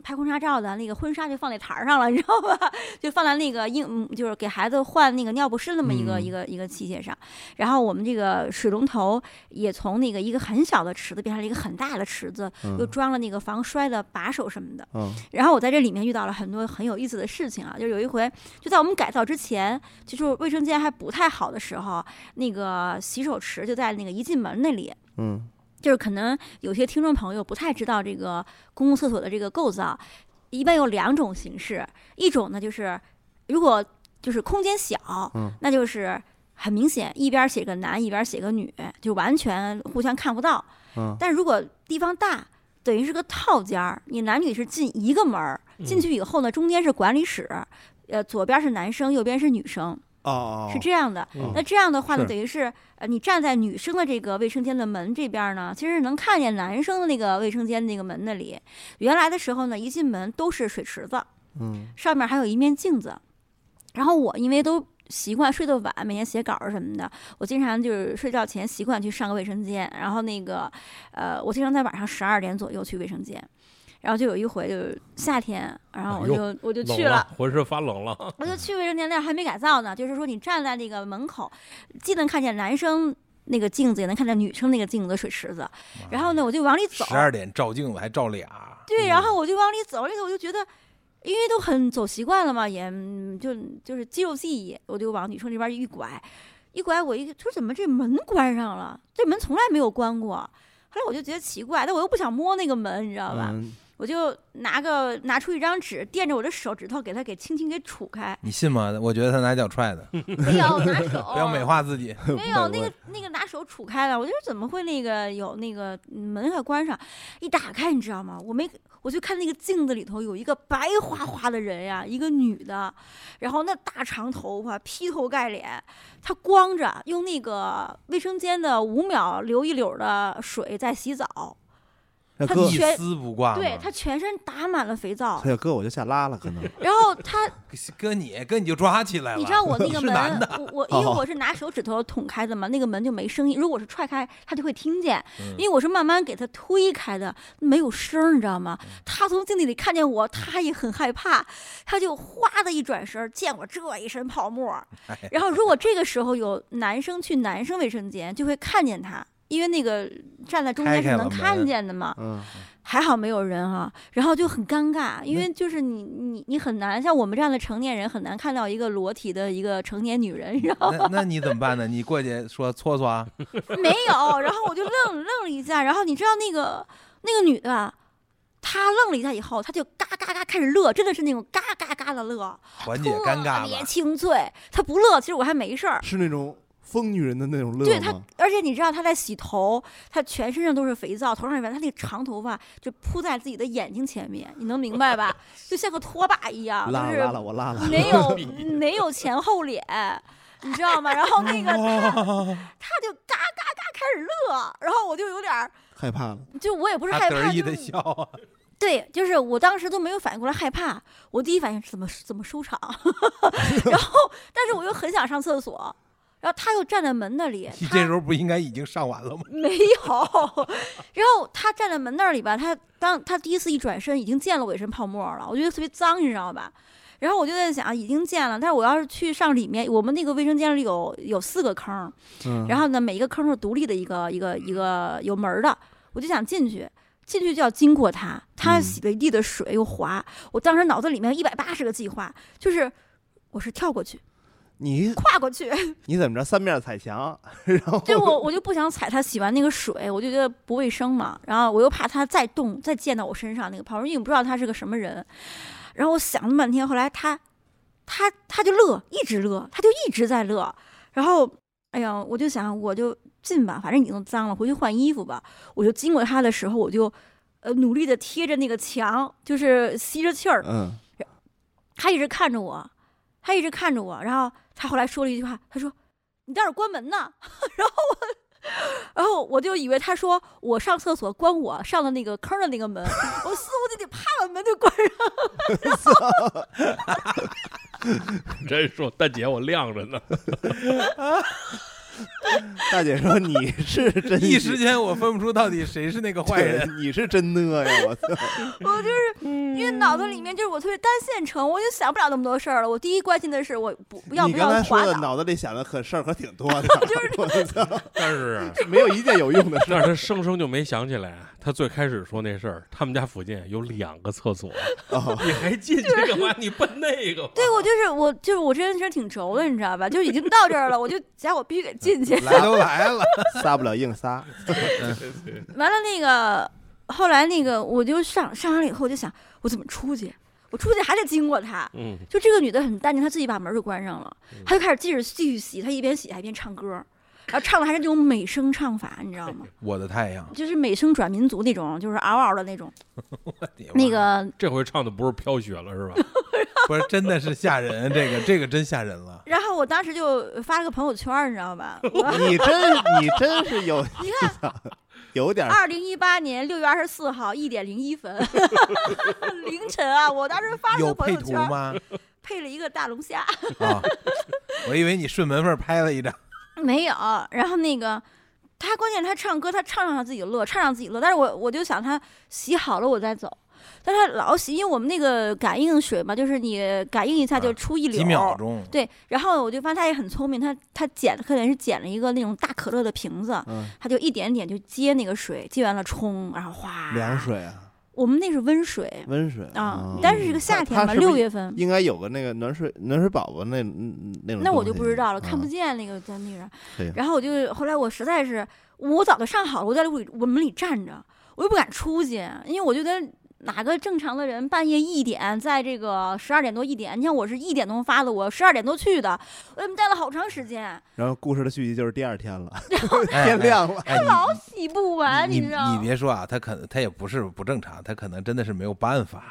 拍婚纱照的那个婚纱就放在台儿上了，你知 道吧？就放在那个婴，嗯就是给孩子换那个尿不湿那么一个、
嗯
一个一个器械上。然后我们这个水龙头也从那个一个很小的池子变成了一个很大的池子，又
嗯
装了那个防摔的把手什么的。
嗯
然后我在这里面遇到了很多很有意思的事情啊，就是有一回，就在我们改造之前，就是卫生间还不太好的时候，那个洗手池就在那个一进门那里。
嗯，
就是可能有些听众朋友不太知道这个公共厕所的这个构造，一般有两种形式，一种呢就是如果就是空间小，
嗯
那就是。很明显，一边写个男，一边写个女，就完全互相看不到。
嗯
但如果地方大，等于是个套间儿，你男女是进一个门儿，进去以后呢，中间是管理室，呃，左边是男生，右边是女生，
哦哦，
是这样的。
嗯
那这样的话呢，
是
等于是呃，你站在女生的这个卫生间的门这边呢，其实是能看见男生的那个卫生间那个门那里。原来的时候呢，一进门都是水池子，
嗯
上面还有一面镜子。然后我因为都习惯睡得晚，每天写稿儿什么的，我经常就是睡觉前习惯去上个卫生间。然后那个，呃，我经常在晚上十二点左右去卫生间。然后就有一回就是夏天，然后我
哎呦
就、我就
冷
去
了，浑身发冷了，
嗯
我就去卫生间，那儿还没改造呢。就是说，你站在那个门口，既能看见男生那个镜子，也能看见女生那个镜子的水池子。然后呢，我就往里走，
十二嗯点照镜子还照俩，
对，然后我就往里走，那个我就觉得，因为都很走习惯了嘛，也嗯就就是肌肉记忆，我就往女生这边一拐，一拐我一说怎么这门关上了？这门从来没有关过。后来我就觉得奇怪，但我又不想摸那个门，你知道吧？
嗯，
我就拿个拿出一张纸，垫着我的手指头，给它给轻轻给杵
，
开
你信吗？我觉得他拿脚踹的，
没有拿手，
不要美化自己。
没有那个那个拿手杵开了，我就说怎么会那个有那个门还关上，一打开你知道吗？我没我就看那个镜子里头有一个白花花的人呀，一个女的，然后那大长头发劈头盖脸，她光着用那个卫生间的五秒流一绺的水在洗澡，
要
他
搁
一
全
丝不挂吗，
对她全身打满了肥皂
他，要哎搁我就下拉了， 可能
然后她
跟你跟你就抓起来了。
你知道我那 个
是男
门
的，
我我因为
哦
我是拿手指头捅开的嘛，那个门就没声音。如果是踹开，他就会听见
嗯，
因为我是慢慢给他推开的，没有声儿，你知道
嗯
吗？他从镜子里看见我，他也很害怕，他就哗的一转身，见我这一身泡沫儿
哎呀。
然后如果这个时候有男生去男生卫生间，就会看见他。因为那个站在中
开
间是
开了
能
门
看见的嘛，
嗯，
还好没有人啊，然后就很尴尬，因为就是你你你很难像我们这样的成年人很难看到一个裸体的一个成年女人，然后
那那你怎么办呢？你过去说搓搓啊，
没有，然后我就愣愣了一下，然后你知道那个那个女的，她愣了一下以后，她就嘎嘎嘎开始乐，真的是那种嘎嘎嘎的乐，
缓解
特
尴尬
别
吧。
清脆。她不乐，其实我还没事儿，
是那种疯女人的那种乐
对
吗？
她，而且你知道她在洗头，她全身上都是肥皂，头上也白，她那个长头发就铺在自己的眼睛前面，你能明白吧？就像个拖把一样，就
拉了
是
拉了，我拉了，
没 有没有前后脸，你知道吗？然后那个他他就嘎嘎嘎开始乐，然后我就有点儿，
害怕了，
就我也不是
他
害
得
怕，
意
就
的
是
笑啊，
对，就是我当时都没有反应过来害怕，我第一反应是怎么怎 么收场，然后但是我又很想上厕所，然后他又站在门那里，
你
他
这时候不应该已经上完了吗？
没有。然后他站在门那里吧，他当他第一次一转身，已经溅了我一身泡沫了，我觉得特别脏，你知道吧？然后我就在想，已经溅了，但是我要是去上里面，我们那个卫生间里有有四个坑儿，
嗯，
然后呢，每一个坑是独立的一个一个一个有门儿的，我就想进去。进去就要经过他，他
嗯
洗了一地的水又滑，我当时脑子里面一百八十个计划，就是我是跳过去、
你
跨过去，
你怎么着三面踩墙， 然后
对我，我就不想踩他洗完那个水，我就觉得不卫生嘛。然后我又怕他再动，再溅到我身上那个泡，因为你不知道他是个什么人。然后我想了半天，后来他，他他就乐，一直乐，他就一直在乐。然后，哎呀，我就想我就进吧，反正已经脏了，回去换衣服吧。我就经过他的时候，我就，呃，努力的贴着那个墙，就是吸着气儿，
嗯，
他一直看着我，他一直看着我，然后他后来说了一句话，他说：“你待会儿关门呢。” 然后我，然后我就以为他说我上厕所关我上的那个坑的那个门，我似乎就得啪把门就关上。
真说大姐我晾着呢，
大姐说你是 真
一时间我分不出到底谁是那个坏人。，
对你是真的呀，我操，
我 就是
嗯
因为脑子里面就是我特别单线程，我就想不了那么多事儿了。我第一关心的是我不 要
你
不
刚
要
才说
滑
的
倒。
脑子里想的可事儿可挺多 的， 我操，
但是
没有一件有用的 事
但
儿。
是他生生就没想起来，啊他最开始说那事儿，他们家附近有两个厕所，
哦
你还进去干嘛？你奔那个吧？
啊
对，我就是我，就是我这人其实挺轴的，你知道吧？就已经到这儿了，我就想我必须得 进去。
来都来了，
撒不了硬 撒，
完了那个后来那个我就上上完了以后，我就想我怎么出去？我出去还得经过他。
嗯，
就这个女的很淡定，她自己把门就关上了，
嗯
她就开始继续继续洗，她一边洗还一边唱歌，然后唱的还是那种美声唱法，你知 道吗？
我的太阳，
就是美声转民族那种，就是嗷嗷的那 种。那个
这回唱的不是飘雪了是吧？
不是真的是吓人，这个这个真吓人了。
然后我当时就发了个朋友圈儿，你知 道吧？
你真你真是有
你看，
有点儿
二零一八年六月二十四号一点零一分， 凌晨啊！我当时发了
有
个朋
配
友
图
圈儿，
吗？
配了一个大龙虾。
啊，我以为你顺门缝拍了一张。
没有。然后那个他，关键他唱歌，他唱让自己乐，唱让自己乐。但是我我就想他洗好了我再走，但他老洗，因为我们那个感应水嘛，就是你感应一下就
啊
出一绺、
几秒钟，
对，然后我就发现他也很聪明，他他捡可能是捡了一个那种大可乐的瓶子，
嗯
他就一点点就接那个水，接完了冲，然后哗
凉。水啊，
我们那是温水
温水嗯
啊，但是这个夏天
它
吧，
它是不是
六月份，
应该有个那个暖水暖水宝宝那嗯那种东西，啊
那我就不知道了，看不
见。
见那个在那上
对呀。
然后我就后来我实在是，我早就上好了，我在屋里我门里站着，我又不敢出去，因为我觉得哪个正常的人半夜一点，在这个十二点多一点，你像我是一点钟发的，我十二点多去的，我们待了好长时间，
然后故事的续集就是第二天了，
哎
天亮了，
哎，你
老洗不完，
你
知道
你别说啊，他可能他也不是不正常，他可能真的是没有办法，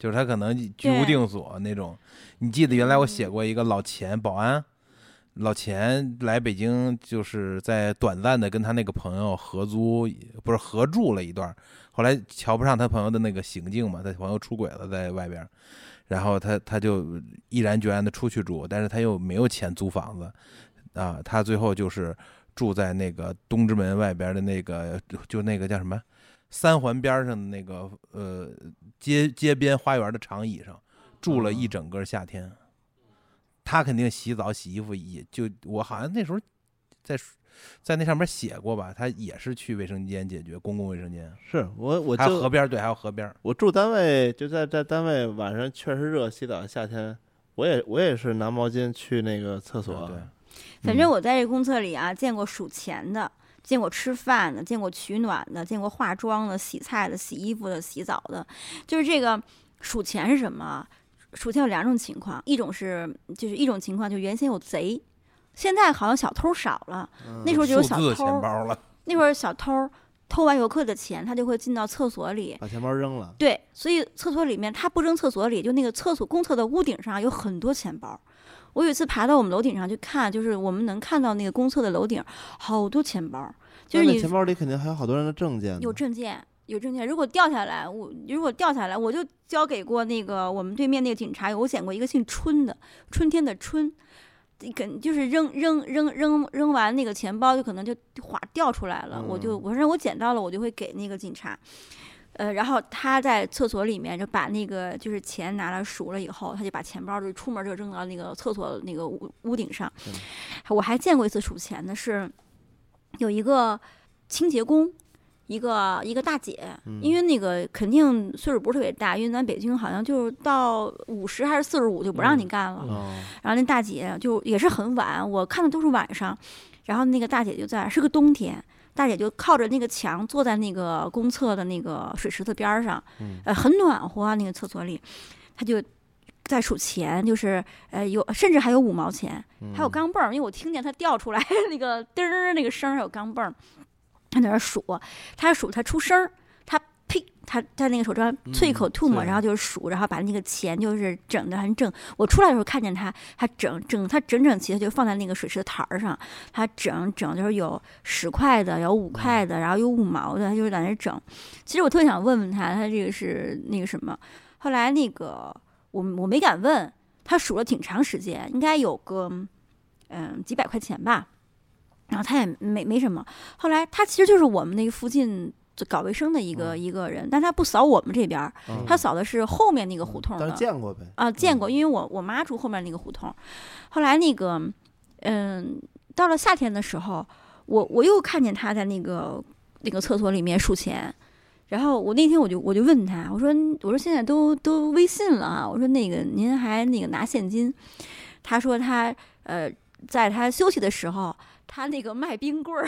就是他可能居无
对
定所那种。你记得原来我写过一个老钱保安，老钱来北京就是在短暂的跟他那个朋友合租，不是合住了一段儿，后来瞧不上他朋友的那个行径嘛，他朋友出轨了在外边儿，然后他他就毅然决然的出去住，但是他又没有钱租房子，啊，他最后就是住在那个东直门外边的那个，就那个叫什么三环边上的那个呃街街边花园的长椅上住了
嗯
一整个夏天。他肯定洗澡、洗衣服也就我好像那时候在在那上面写过吧，他也是去卫生间解决公共卫生间，
是我我
还有河
就
边儿对，还有河边儿。
我住单位就在在单位晚上确实热，洗澡夏天我也我也是拿毛巾去那个厕所，
对，
反
嗯
正我在这公厕里啊，见过数钱的，见过吃饭的，见过取暖的，见过化妆的、洗菜的、洗衣服的、洗澡的，就是这个数钱是什么？啊数钱有两种情况，一种是就是一种情况，就原先有贼，现在好像小偷少了，那时候就有
嗯数
小
字的
偷
钱
儿，
包了，
那会儿小偷偷完游客的钱，他就会进到厕所里。
把钱包扔了，
对，所以厕所里面他不扔厕所里，就那个厕所公厕的屋顶上有很多钱包。我有一次爬到我们楼顶上去看，就是我们能看到那个公厕的楼顶好多钱包，就是
那那
你
钱包里肯定还有好多人的证件呢，
有证件，有证件。如果掉下来，我如果掉下来，我就交给过那个我们对面那个警察，有我捡过一个姓春的，春天的春，跟就是扔扔扔扔扔完那个钱包，就可能就哗掉出来了。我就我说我捡到了，我就会给那个警察。呃，然后他在厕所里面就把那个就是钱拿来数了以后，他就把钱包就出门就扔到那个厕所那个屋屋顶上。我还见过一次数钱的是，有一个清洁工，一个一个大姐，因为那个肯定岁数不是特别大，因为咱北京好像就是到五十还是四十五就不让你干了。
哦，
然后那大姐就也是很晚，我看的都是晚上，然后那个大姐就在，是个冬天，大姐就靠着那个墙坐在那个公厕的那个水池子边儿上，呃，很暖和啊，那个厕所里，她就。在数钱，就是呃有，甚至还有五毛钱，还有钢镚儿，因为我听见她掉出来 那个嘚儿那个声儿，还有钢镚儿，她在那儿数，她数她出声儿，她呸，她她那个手上啐一口吐沫，
对
然后就是数，然后把那个钱就是整的很整。我出来的时候看见她，他整整他整整齐的就放在那个水池的台儿上，他整整就是有十块的，有五块的，然后有五毛的，他就是在那儿整。其实我特别想问问他，他这个是那个什么？后来那个我我没敢问，他数了挺长时间，应该有个嗯几百块钱吧。然后他也没没什么。后来他其实就是我们那个附近搞卫生的一个、一个人，但他不扫我们这边儿，
嗯
他扫的是后面那个胡同
但
的
是。见过呗，
啊，见过，因为我我妈住后面那个胡同。后来那个，嗯，到了夏天的时候，我我又看见她在那个那个厕所里面数钱。然后我那天我就我就问她，我说我说现在都都微信了啊，我说那个您还那个拿现金？她说她呃，在她休息的时候，她那个卖冰棍儿，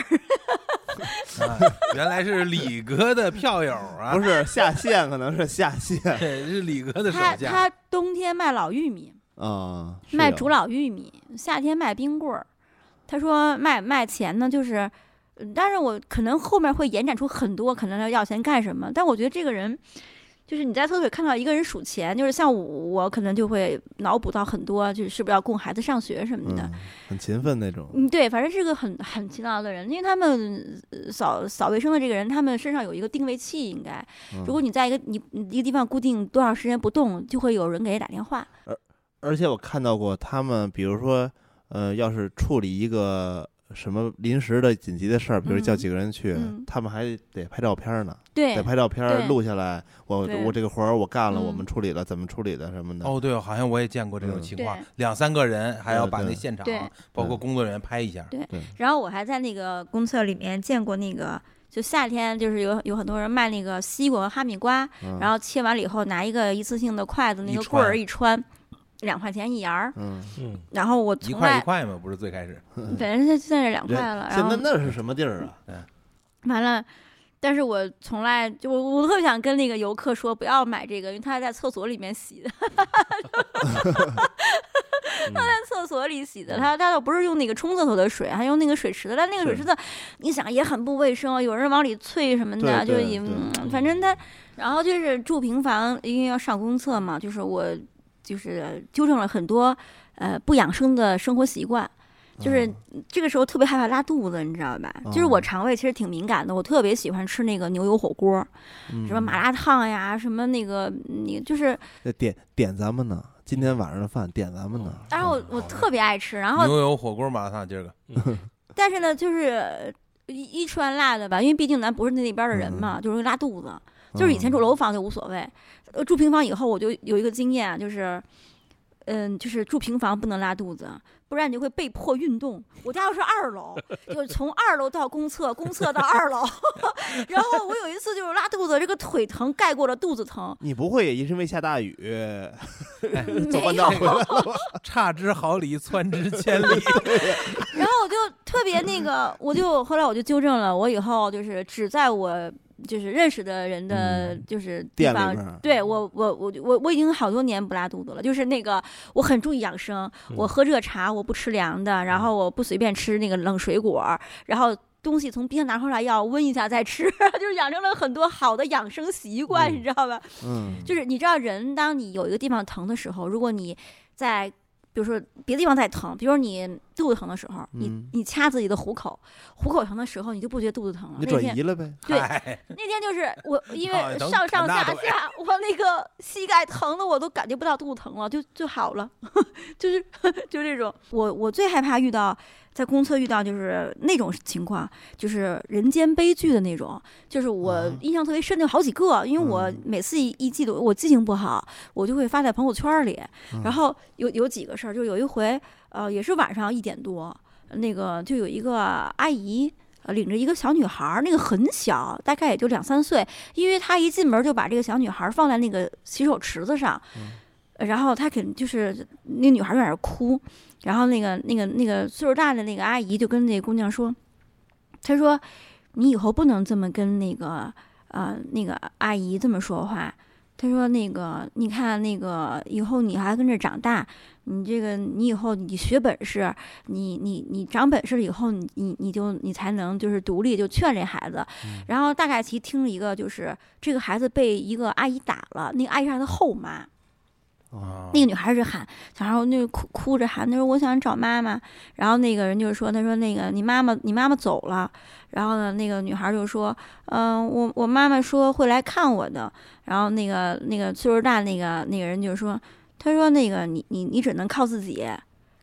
啊原来是李哥的票友啊，
不是下线，可能是下 线
对，是李哥的手
她
下。
她冬天卖老玉米，
啊，是
卖
有
煮老玉米，夏天卖冰棍儿。他说卖卖钱呢，就是，嗯但是我可能后面会延展出很多，可能要要钱干什么？但我觉得这个人，就是你在厕所里看到一个人数钱，就是像我，我可能就会脑补到很多，就是是不是要供孩子上学什么的。
嗯，很勤奋那种，
嗯，对，反正是个很很勤劳的人，因为他们呃扫扫卫生的这个人，他们身上有一个定位器，应该，
嗯
如果你在一个你你一个地方固定多长时间不动，就会有人给你打电话。
而且我看到过他们，比如说，呃，要是处理一个什么临时的紧急的事儿，比如叫
嗯
几个人去，
嗯
他们还得拍照片呢，
对，
得拍照片儿
对
录下来。我
对
我这个活儿我干了，我们
嗯
处理了，怎么处理的什么的。
哦，对，好像我也见过这种
嗯
情况
对，
两三个人还要
对
把那
对
现场
对，
包括
嗯
工作人员拍一下。
然后我还在那个公厕里面见过那个就夏天就是有有很多人卖那个西瓜和哈密瓜，
嗯
然后切完了以后拿一个一次性的筷子那
一
个
穿
棍儿一穿，两块钱一牙儿。
嗯，
嗯，
然后我
一
从
块一
来
块嘛，不是最开始
本身现在是两块
人
了，然
现
后
在那是什么地儿啊？
完了，但是我从来就我我特别想跟那个游客说不要买这个，因为他在厕所里面 洗的，他
嗯
在厕所里洗的，他他倒不是用那个冲厕所的水，还用那个水池子，但那个水池子你想也很不卫生，啊有人往里啐什么的，
对
就
对
也
对
嗯反正他，然后就是住平房，因为要上公厕嘛，就是我就是纠正了很多呃不养生的生活习惯。就是这个时候特别害怕拉肚子，你知道吧？就是我
哦
肠胃其实挺敏感的，我特别喜欢吃那个牛油火锅，嗯什么麻辣烫呀，什么那个你就是，
辣嗯点点咱们呢？今天晚上的饭点咱们呢？
当然我我特别爱吃，然后
牛油火锅麻辣烫，今儿个
但是呢，就是呃一一吃完辣的吧，因为毕竟咱不是那边儿的
嗯
人嘛，就容易拉肚子。就是以前住楼房就无所谓，呃，住平房以后我就有一个经验啊，就是，嗯，就是住平房不能拉肚子，不然你就会被迫运动。我家又是二楼，就是从二楼到公厕，公厕到二楼， 然后我有一次就是拉肚子，这个腿疼盖过了肚子疼，
你不会也因为下大雨 走
没
半道
有
回 来了吧？
差之毫厘，窜之千里。
然后我就特别那个，我就后来我就纠正了，我以后就是只在我就是认识的人的就是地
嗯店里
方，
边儿
对我我我我我已经好多年不拉肚子了，就是那个我很注意养生，
嗯
我喝热茶，我不吃凉的，然后我不随便吃那个冷水果，然后。东西从冰箱拿出来要温一下再吃， 就是养成了很多好的养生习惯，
嗯
你知道吧？
嗯，
就是你知道，人当你有一个地方疼的时候，如果你在比如说别的地方在疼，比如说你肚子疼的时候，
嗯
你你掐自己的虎口，虎口疼的时候，你就不觉得肚子疼了。
你
那
转
天
移了呗。
对
嗨
那天就是我，因
啊
为
能
上
砍
上
大
下
腿
下，我那个膝盖疼的我都感觉不到肚子疼了，就就好了， 就是就这种。我我最害怕遇到在公厕遇到就是那种情况，就是人间悲剧的那种，就是我
啊
印象特别深的有好几个，因为我
嗯
每次一一记得我记性不好，我就会发在朋友圈里。
嗯
然后有有几个事儿，就有一回，呃，也是晚上一点多，那个就有一个阿姨。呃领着一个小女孩儿，那个很小，大概也就两三岁，因为她一进门就把这个小女孩儿放在那个洗手池子上，呃然后她肯就是那女孩儿就在那儿哭，然后那个那个那个岁数大的那个阿姨就跟那姑娘说，她说你以后不能这么跟那个呃那个阿姨这么说话，他说：“那个，你看，那个以后你还跟着长大，你这个，你以后你学本事，你你你长本事了以后，你你你就你才能就是独立，就劝这孩子。然后大概其听了一个，就是这个孩子被一个阿姨打了，那个阿姨是他的后妈，
啊
那个女孩儿就喊，小孩儿那个哭哭着喊，她说我想找妈妈。然后那个人就说，她说那个你妈妈你妈妈走了。然后呢，那个女孩儿就说，嗯、我我妈妈说会来看我的。然后那个那个岁数大那个那个人就说，他说那个你你你只能靠自己。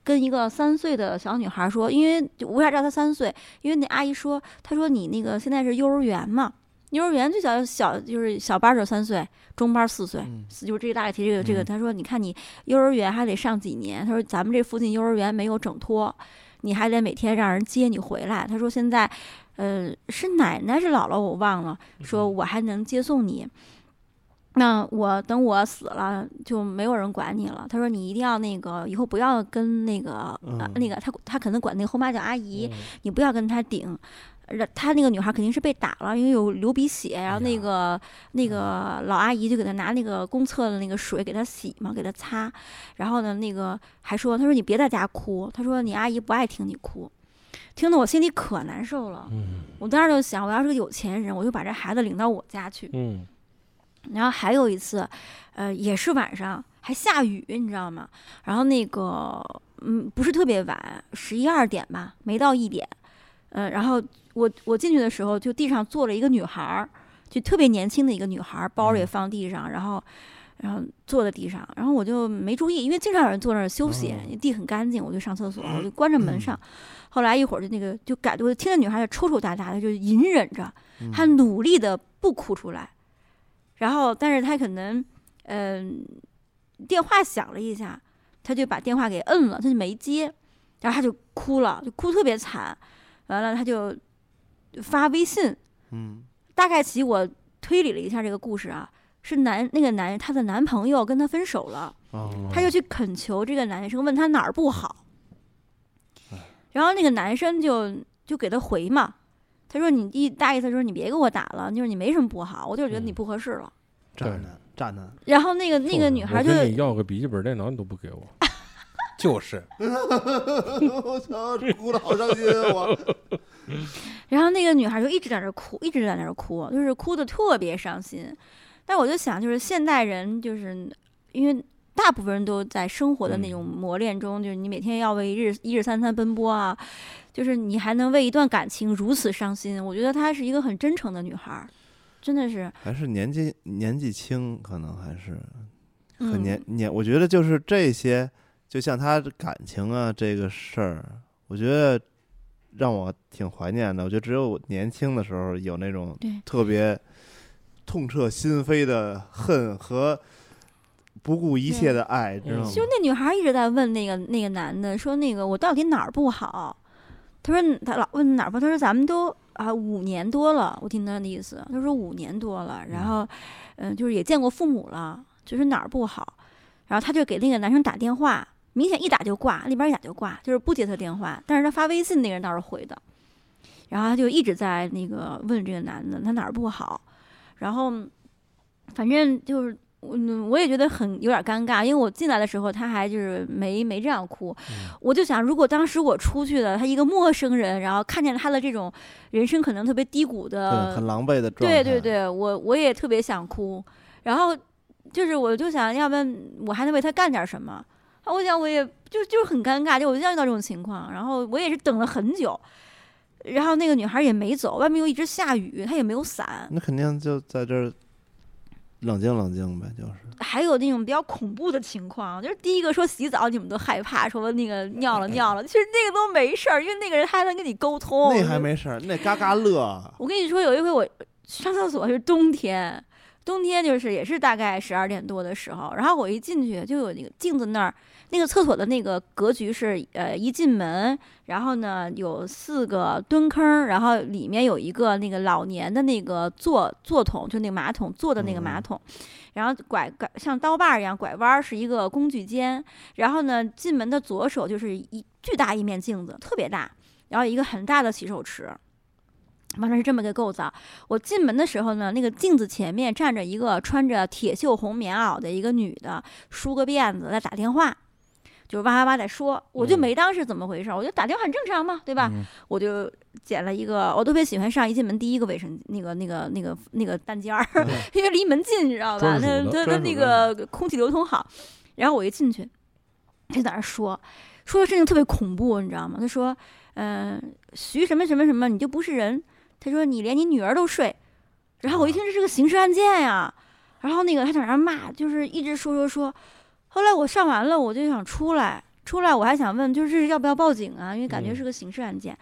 跟一个三岁的小女孩儿说，因为就为啥知道她三岁？因为那阿姨说，她说你那个现在是幼儿园嘛，幼儿园最小小就是小班儿就三岁，中班儿四岁，
嗯
就是这个大概提这个这个。她说，你看你幼儿园还得上几年，她说咱们这附近幼儿园没有整托，你还得每天让人接你回来。她说现在，呃，是奶奶是姥姥我忘了，
嗯
说我还能接送你。那我等我死了就没有人管你了。她说你一定要那个以后不要跟那个、呃
嗯
那个她她可能管那个后妈叫阿姨，你不要跟她顶。然她那个女孩肯定是被打了，因为有流鼻血，然后那个那个老阿姨就给她拿那个公厕的那个水给她洗嘛，给她擦。然后呢，那个还说，她说你别在家哭，她说你阿姨不爱听你哭，听得我心里可难受了。
嗯
我当时就想，我要是个有钱人，我就把这孩子领到我家去。
嗯
然后还有一次，呃，也是晚上，还下雨，你知道吗？然后那个，嗯，不是特别晚，十一二点吧，没到一点。呃，然后我我进去的时候，就地上坐了一个女孩儿，就特别年轻的一个女孩儿，包儿也放地上，然后然后坐在地上，然后我就没注意，因为经常有人坐那儿休息，地很干净，我就上厕所，我就关着门上。后来一会儿就那个就感，我就听着女孩儿就抽抽搭搭的，就隐忍着，她努力的不哭出来，然后但是她可能嗯、电话响了一下，她就把电话给摁了，她就没接，然后她就哭了，就哭特别惨，完了她就发微信。
嗯
大概其我推理了一下这个故事啊，是男那个男人她的男朋友跟她分手了，
哦
她就去恳求这个男生问她哪儿不好，然后那个男生就就给她回嘛，他说你意大意思就是你别给我打了，就是你没什么不好，我就是觉得你
嗯
不合适了。
渣男渣男，
然后那个那个女孩就
我跟你要个笔记本电脑，你都不给我，
就是
我操，哭了好伤心啊我，
然后那个女孩就一直在那儿哭，一直在那儿哭，就是哭的特别伤心。但我就想，就是现代人，就是因为大部分人都在生活的那种磨练中，就是你每天要为一日一日三餐奔波啊，就是你还能为一段感情如此伤心，我觉得她是一个很真诚的女孩儿，真的是，
还是年纪年纪轻，可能还是很
嗯
年，年，我觉得就是这些，就像他的感情啊这个事儿，我觉得让我挺怀念的。我觉得只有我年轻的时候有那种
对
特别痛彻心扉的恨和不顾一切的爱，知道吗
嗯？
就那女孩一直在问那个那个男的说那个我到底哪儿不好？他说他老问哪儿不好？他说咱们都啊五年多了，我听他的意思，他说五年多了，然后嗯、就是也见过父母了，就是哪儿不好，然后他就给那个男生打电话，明显一打就挂，那边一打就挂，就是不接他电话，但是他发微信那个人倒是回的，然后他就一直在那个问这个男的他哪儿不好，然后反正就是。嗯，我也觉得很有点尴尬，因为我进来的时候他还就是没没这样哭，
嗯
我就想，如果当时我出去了，他一个陌生人，然后看见他的这种人生可能特别低谷
对，
的
很狼狈的状态。
呃对对，对，我我也特别想哭，然后就是我就想，要不然我还能为他干点什么？啊，我想我也就就是很尴尬，就我就要遇到这种情况，然后我也是等了很久，然后那个女孩也没走，外面又一直下雨，她也没有伞，
那肯定就在这儿冷静冷静呗，就是
还有那种比较恐怖的情况，就是第一个说洗澡你们都害怕，说那个尿
嗯
了尿了，其实那个都没事儿，因为那个人他还能跟你沟通，
那还没事儿，那嘎嘎乐。
我跟你说，有一回我上厕所是冬天，冬天就是也是大概十二点多的时候，然后我一进去就有那个镜子那儿，那个厕所的那个格局是呃一进门，然后呢有四个蹲坑，然后里面有一个那个老年的那个坐坐桶，就那个马桶坐的那个马桶，然后拐拐像刀把儿一样拐弯儿是一个工具间，然后呢进门的左手就是一巨大一面镜子，特别大。然后一个很大的洗手池，完了是这么个构造。我进门的时候呢，那个镜子前面站着一个穿着铁锈红棉袄的一个女的，梳个辫子在打电话，就是哇哇哇在说，我就
嗯
没当是怎么回事儿，我觉得打电话很正常嘛，对吧？
嗯
我就捡了一个，我特别喜欢上一进门第一个卫生那个那个那个那个单间儿， 因为离门近，你知道吧？
嗯专属
它
的嗯
它它
专
那
属
个
的
空气流通好。然后我一进去，他就在那儿说，说的事情特别恐怖，你知道吗？他说，嗯、徐什么什么什么，你就不是人。他说你连你女儿都睡。然
啊
后我一听这是个刑事案件呀、然后那个他在那儿骂，就是一直说说说。后来我上完了，我就想出来，出来我还想问，就是要不要报警啊？因为感觉
嗯
是个刑事案件。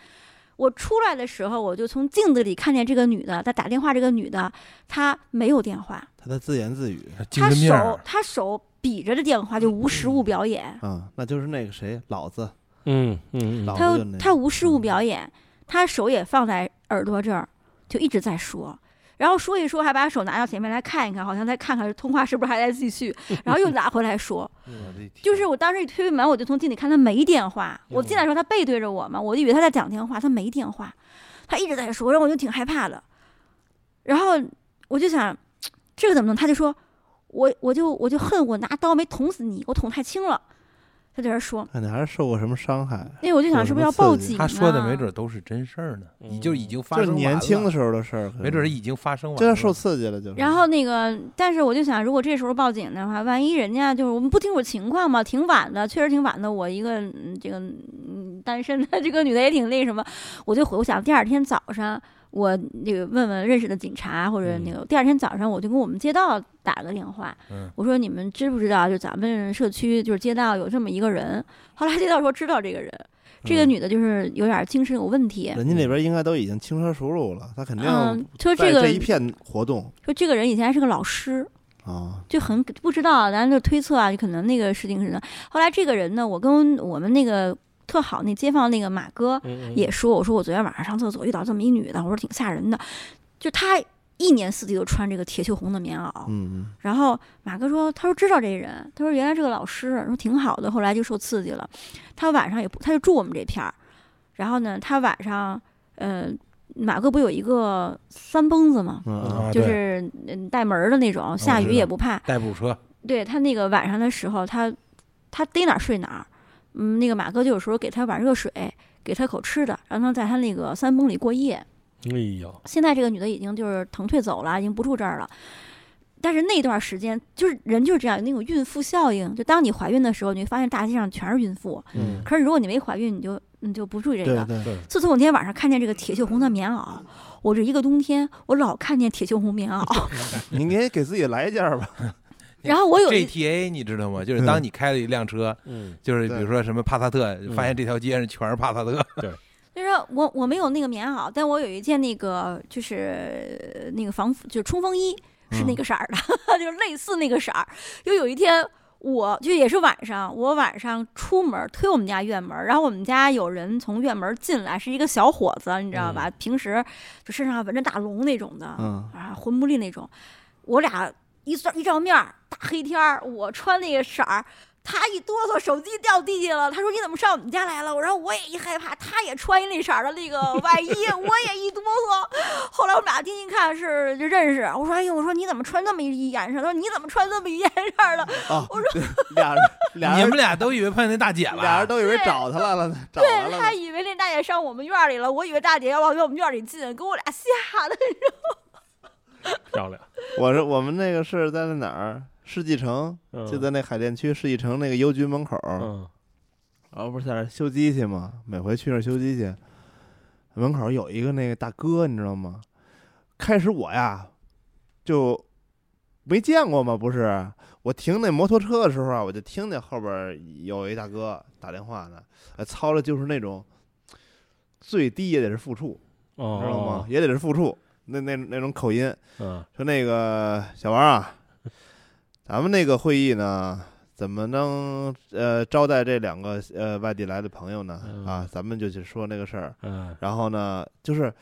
我出来的时候，我就从镜子里看见这个女的在打电话，这个女的她没有电话，
他在自言自语
精
她
神病
手
儿，嗯
她手比着的电话，就无实物表演，
啊，那就是那个谁，老子，
嗯嗯嗯，
老子
她
就那
她无实物表演，她手也放在耳朵这儿，就一直在说。然后说一说，还把手拿到前面来看一看，好像再看看通话是不是还在继续，然后又拿回来说，
我的
就
天
是我当时一推门，我就从镜里看他没电话。我进来的时候他背对着我嘛，我就以为他在讲电话，他没电话，他一直在说，然后我就挺害怕的。然后我就想，这个怎么弄？他就说，我我就我就恨我拿刀没捅死你，我捅太轻了。他在这儿说，
看你还是受过什么伤害？
因为我就想
有
是
什么
不是要
刺激
报警、啊？
他说的没准都是真事儿呢，你就已经发
就
生
是
完
年轻的
了，
时候的事儿，可能
没准儿已经发生完了，
这叫受刺激了，就是。
然后那个，但是我就想，如果这时候报警的话，万一人家就是我们不清楚情况嘛，挺晚的，确实挺晚的。我一个、嗯这个嗯单身的 这个女的也挺那什么，我就回我想第二天早上我那个问问认识的警察或者
嗯
那个第二天早上我就跟我们街道打了个电话，
嗯
我说你们知不知道就咱们社区就是街道有这么一个人，后来街道说知道这个人，这个
嗯
女的就是有点精神有问题。
人家那边应该都已经轻车熟路了，他肯定
嗯，说
在
这个
一片活动
说这个人以前还是个老师，
啊，
就很不知道，咱就推测啊，可能那个事情是呢。后来这个人呢，我跟我们那个特好那街坊那个马哥
嗯嗯
也说，我说我昨天晚上上厕所遇到这么一女的，我说挺吓人的。就他一年四季都穿这个铁锈红的棉袄。
嗯
然后马哥说，他说知道这人，他说原来是个老师，说挺好的，后来就受刺激了。他晚上也不，他就住我们这片儿。然后呢，他晚上，呃，马哥不有一个三蹦子吗？
嗯
啊，
就
对
是嗯带门儿的那种，下
知
雨也
道
不怕。
代步车，
对他那个晚上的时候，他他逮哪儿睡哪儿。嗯，那个马哥就有时候给他碗热水，给他口吃的，让他在他那个三蹦里过夜。
哎呦，
现在这个女的已经就是腾退走了，已经不住这儿了。但是那段时间，就是人就是这样，有那种孕妇效应。就当你怀孕的时候，你会发现大街上全是孕妇。
嗯，
可是如果你没怀孕，你就你就不注意这
对
个。
对，
自从我那天晚上看见这个铁锈红的棉袄，我这一个冬天我老看见铁锈红棉袄。
您给给自己来一件 儿吧，
然后我有一
GTA 你知道吗？就是当你开了一辆车，
嗯，
就是比如说什么帕萨特，
嗯
发现这条街上全是帕萨特，
就是我我没有那个棉袄，但我有一件那个就是那个防腐就是冲锋衣是那个色儿的， 就是类似那个色儿。又有一天我就也是晚上，我晚上出门推我们家院门，然后我们家有人从院门进来，是一个小伙子，你知道吧？平时就身上纹着大龙那种的，
嗯
啊，魂不吝那种。我俩一照一照面儿，大黑天儿，我穿那个色儿，他一哆嗦，手机掉地下了。他说：“你怎么上我们家来了？”我然后我也一害怕，他也穿一那色儿的那个外衣，我也一哆嗦。后来我们俩定睛看是就认识，我说：“哎呦，我说你怎么穿那么一颜色？”他说：“你怎么穿这么一颜色的
啊， 俩人俩
你
人
们俩都以为碰见那大姐
俩
了
人，都以为找他来了呢，找？”他
对
来
他
了，
以为那大姐上我们院儿里了，我以为大姐要往我们院儿里进，给我俩吓得。
漂 亮，
我是我们那个是在那哪儿？世纪城
嗯
就在那海淀区世纪城那个邮局门口，
嗯，
然后不是在那儿修机器吗？每回去那儿修机器，门口有一个那个大哥，你知道吗？开始我呀就没见过嘛，不是？我停那摩托车的时候啊，我就听见后边儿有一大哥打电话呢，呃操的就是那种最低也得是副处，
哦，
知道吗？也得是副处，那那那种口音。
嗯，
说那个小王 啊，咱们那个会议呢，怎么能呃招待这两个呃外地来的朋友呢？
嗯
啊，咱们就去说那个事儿。
嗯
然后呢，就是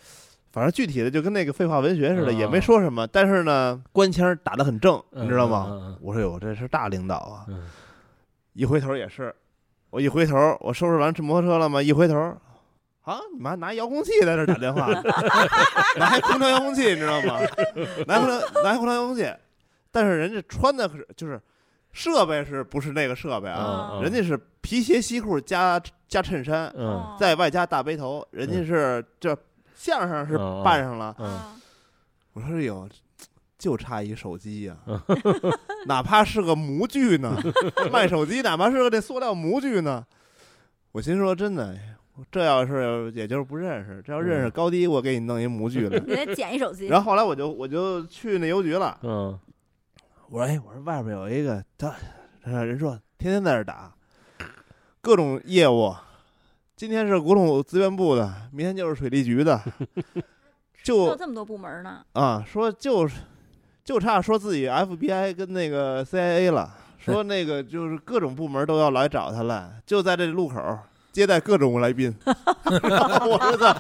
反正具体的就跟那个废话文学似的，
嗯
也没说什么，但是呢，官腔儿打得很正，
嗯，
你知道吗？
嗯？
我说哟，这是大领导啊！
嗯嗯
一回头也是，我一回头，我收拾完这摩托车了吗？一回头，啊，你妈拿遥控器在这儿打电话， 拿一空调遥控器，你知道吗？拿空调，拿一空调遥控器，但是人家穿的是就是设备是不是那个设备啊？
嗯嗯
人家是皮鞋、西裤加加衬衫，
嗯
再外加大背头，人家是这相声是
嗯嗯
扮上了。
嗯，
我说有，就差一手机呀、哪怕是个模具呢，卖手机，哪怕是个这塑料模具呢。我心说，真的，这要是也就是不认识，这要认识
嗯
高低，我给你弄一模具 来。
你得捡一手机。
然后后来我就我就去那邮局了，
嗯，
我说哎，我说外边有一个他，他人说天天在这儿打，各种业务，今天是古董资源部的，明天就是水利局的，就
做这么多部门呢，
啊，说就是就差说自己 FBI 跟那个 CIA 了，说那个就是各种部门都要来找他了，就在这路口接待各种来宾。 我说操！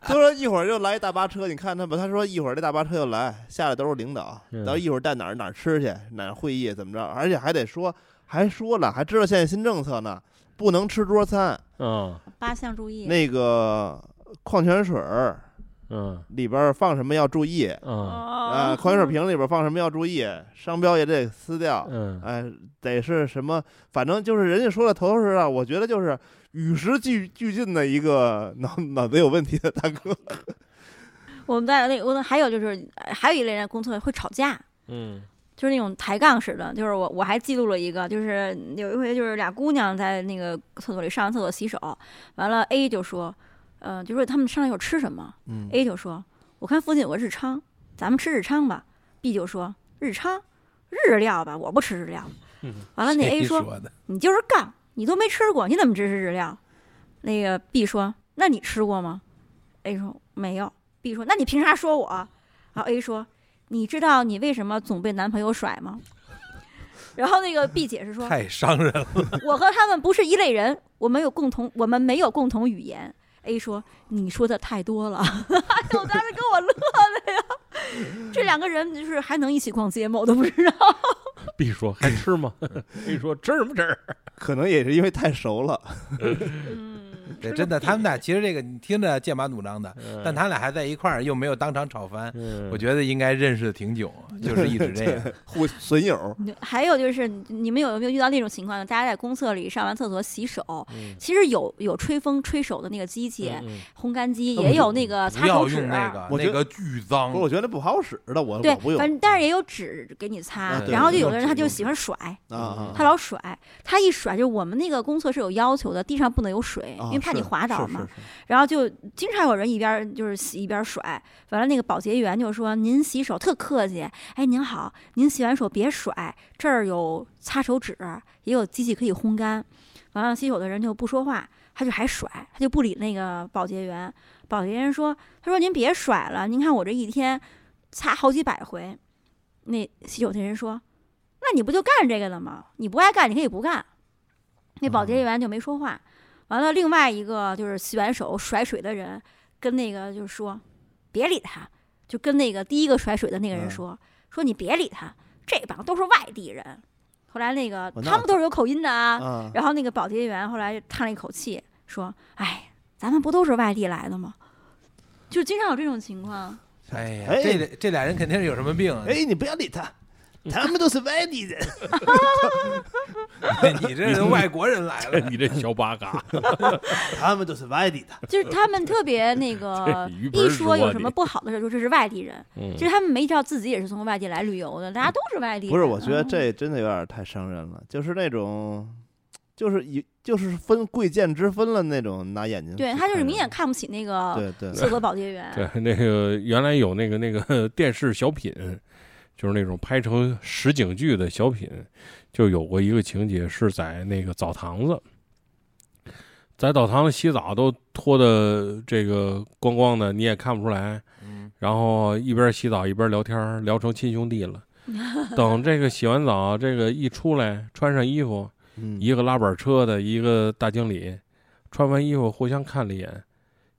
他说一会儿 就来一大巴车，你看他吧。他说一会儿这大巴车就来，下来都是领导，
嗯
然后一会儿带哪儿哪儿吃去，哪儿会议怎么着，而且还得说，还说了，还知道现在新政策呢，不能吃桌餐，
嗯
八项注意。
那个矿泉水儿
嗯
里边儿放什么要注意。
嗯
啊，
啊
矿泉水瓶里边放什么要注意，商标也得撕掉。
嗯，
哎，得是什么？反正就是人家说的头头是道，我觉得就是与时俱俱进的一个脑脑子有问题的大哥。
我们在那我们还有就是呃还有一类人工作会吵架，
嗯
就是那种抬杠似的。就是我我还记录了一个，就是有一回就是俩姑娘在那个厕所里上完厕所洗手，完了 A 就说，呃，就说他们上来一会儿吃什么
嗯
？A 就说，我看附近有个日昌，咱们吃日昌吧。B 就说日昌日料吧，我不吃日料。完了那 A
谁
说
说的，
你就是杠，你都没吃过，你怎么支持日料？那个 B 说，那你吃过吗？A 说没有。B 说，那你凭啥说我？然后 A 说，你知道你为什么总被男朋友甩吗？然后那个 B 解释说，
太伤人了，
我和他们不是一类人，我们有共同，我们没有共同语言。A 说：“你说的太多了。”我当时给我乐的 这两个人就是还能一起逛街吗？我都不知道。
B 说还吃吗 ？A 说吃什么吃？
可能也是因为太熟了，
嗯，
对，真的，他们俩其实这个你听着剑拔弩张的，但他俩还在一块儿，又没有当场吵翻，
嗯
我觉得应该认识的挺久，就是一直这 样。
互损友。
还有就是，你们有没有遇到那种情况？大家在公厕里上完厕所洗手，其实有有吹风吹手的那个机器，
嗯
烘干机，
那
也
不
有那个
不
啊擦
要
手纸，
用那个，
我觉
那
得
个巨
不
脏
是，。我觉得不好使的，我
对
我不，
反
用嗯
正但是也有纸给你擦
啊。对
然后就
对
有
对
的人
纸
他就
用
喜欢甩，
啊啊。
他老甩，他一甩就我们那个公厕是有要求的，地上不能有水，
啊
因为怕你
是
滑倒
是
嘛。
是是
然后就经常有人一边儿就是洗一边儿甩，完了那个保洁员就说：“您洗手特客气，哎您好，您洗完手别甩，这儿有擦手纸，也有机器可以烘干。”完了洗手的人就不说话，他就还甩，他就不理那个保洁员。保洁员说：“他说您别甩了，您看我这一天擦好几百回。”那洗手的人说：“那你不就干这个的吗？你不爱干你可以不干。”那保洁员就没说话。完了，另外一个就是洗完手甩水的人跟那个就说：“别理他。”就跟那个第一个甩水的那个人
嗯
说：“说你别理他，这帮都是外地人。”后来那个
我哦那
他们都是有口音的啊。
啊，
然后那个保洁员后来叹了一口气，说：“哎，咱们不都是外地来的吗？”就经常有这种情况。
哎呀，
哎
这这俩人肯定是有什么病。啊
哎，你不要理他，他们都是外地人。
你这人外国人来了，
哎你这小八嘎，
他们都是外地的，
就是他们特别那个
这 鱼，盆
一
儿
说有
说
什
你
么不好的事儿，就这是外地人。
嗯
其实他们没知道自己也是从外地来旅游的，大家都是外地人。
不是，我觉得
嗯
这真的有点太伤人了，就是那种，就是以就是分贵贱之分了那种，拿眼睛去
对
看人。
他就是明显看不起那个
对对
厕所保洁员。
对，那个原来有那个那个 电视小品，就是那种拍成实景剧的小品，就有过一个情节是在那个澡堂子，在澡堂子洗澡都脱的这个光光的，你也看不出来。
嗯
然后一边洗澡一边聊天儿，聊成亲兄弟了。等这个洗完澡，这个一出来穿上衣服，
嗯
一个拉板车的，一个大经理，穿完衣服互相看了一眼，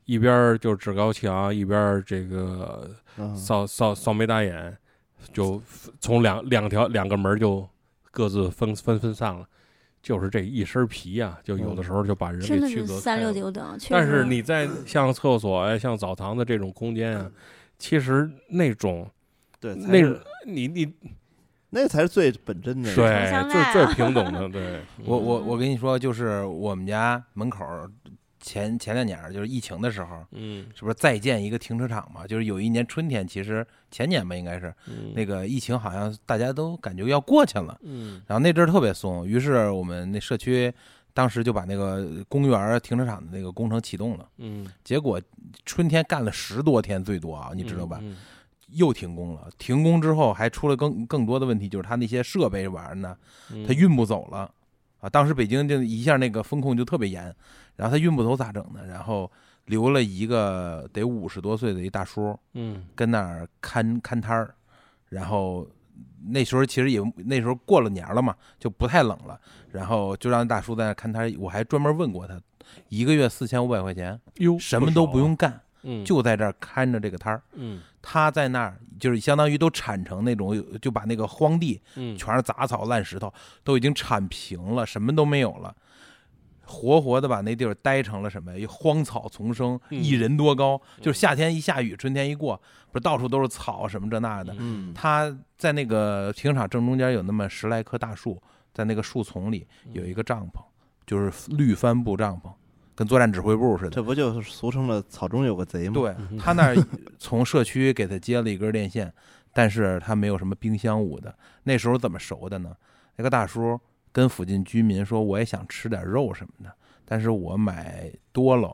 一边儿就趾高气昂，一边儿这个
嗯
扫扫扫眉打眼，就从两两条两个门儿就各自分分分散了。就是这一身皮呀、就
嗯
有的时候就把人给
真的
区
是
隔
三
开
六
了。
九等，确
但
实嗯
是你在像厕所呀、像澡堂的这种空间啊，其实那种
对，才
那
是
你你
那才是最本真的。
常
对
相
最
爱
最
啊
平等的，对
我我我跟你说，就是我们家门口儿前前两年儿就是疫情的时候，
嗯
这不是再建一个停车场嘛？就是有一年春天，其实前年吧，应该是
嗯
那个疫情好像大家都感觉要过去了，
嗯
然后那阵儿特别松，于是我们那社区当时就把那个公园儿停车场的那个工程启动了。
嗯，
结果春天干了十多天最多啊，你知道吧？
嗯？嗯
又停工了。停工之后还出了更更多的问题，就是它那些设备玩意儿呢，
嗯
它运不走了啊。当时北京就一下那个风控就特别严，然后它运不走咋整呢？然后留了一个得五十多岁的一大叔
嗯
跟那儿看看摊儿，然后。那时候其实也那时候过了年了嘛，就不太冷了，然后就让大叔在那儿看摊儿。我还专门问过他，一个月四千五百块钱，
哟，
什么都不用干，
嗯，
就在这儿看着这个摊儿。
嗯
他在那儿就是相当于都铲成那种，就把那个荒地
嗯
全是杂草烂石头，都已经铲平了，什么都没有了，活活的把那地儿呆成了什么呀？荒草丛生，
嗯
一人多高。就是夏天一下雨，春天一过，不是到处都是草什么这那的。
嗯，
他在那个停车场正中间有那么十来棵大树，在那个树丛里
嗯
有一个帐篷，就是绿帆布帐篷，跟作战指挥部似的。
这不就是俗称的“草中有个
嗯
贼”吗？，
对他那儿从社区给他接了一根电线， 但是他没有什么冰箱捂的。那时候怎么熟的呢？那个大叔跟附近居民说，我也想吃点肉什么的，但是我买多了，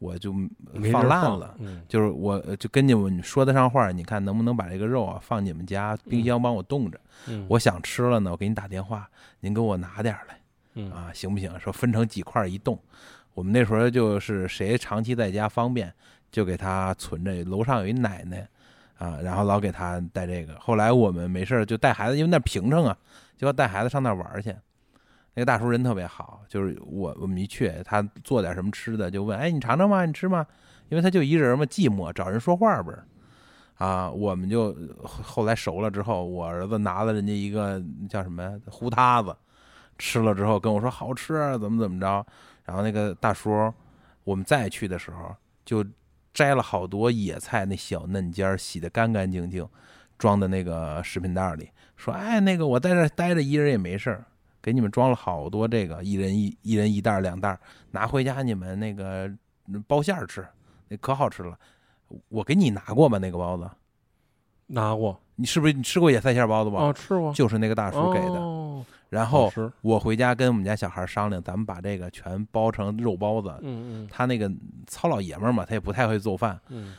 我就
没地
放
儿
烂
放
了。，
嗯
就是我呃就跟你们说得上话，你看能不能把这个肉啊放你们家冰箱帮我冻着？
嗯
我想吃了呢，我给你打电话，您给我拿点儿来。
嗯
啊，行不行？说分成几块儿一冻。我们那时候就是谁长期在家方便，就给他存着。楼上有一奶奶啊，然后老给他带这个。后来我们没事儿就带孩子，因为那平常啊，就要带孩子上那儿玩儿去。那个大叔人特别好，就是我我们一去，他做点什么吃的，就问：“哎，你尝尝吗？你吃吗？”因为他就一人嘛，寂寞，找人说话呗。啊，我们就后后来熟了之后，我儿子拿了人家一个叫什么糊塌子，吃了之后跟我说好吃啊，怎么怎么着。然后那个大叔，我们再去的时候就摘了好多野菜，那小嫩尖儿洗得干干净净，装的那个食品袋儿里，说哎那个我在这儿待着一人也没事儿。给你们装了好多这个，一人一一人一袋儿两袋儿，拿回家你们那个包馅儿吃，那可好吃了。我给你拿过吧，那个包子，
拿过
你是不是你吃过野菜馅儿包子吧？
哦，吃过，
就是那个大
大
叔给的。
哦、
然
好
后
吃
我回家跟我们家小孩商量，咱们把这个全包成肉包子。
嗯嗯
他那个糙老爷们儿嘛，他也不太会做饭。
嗯，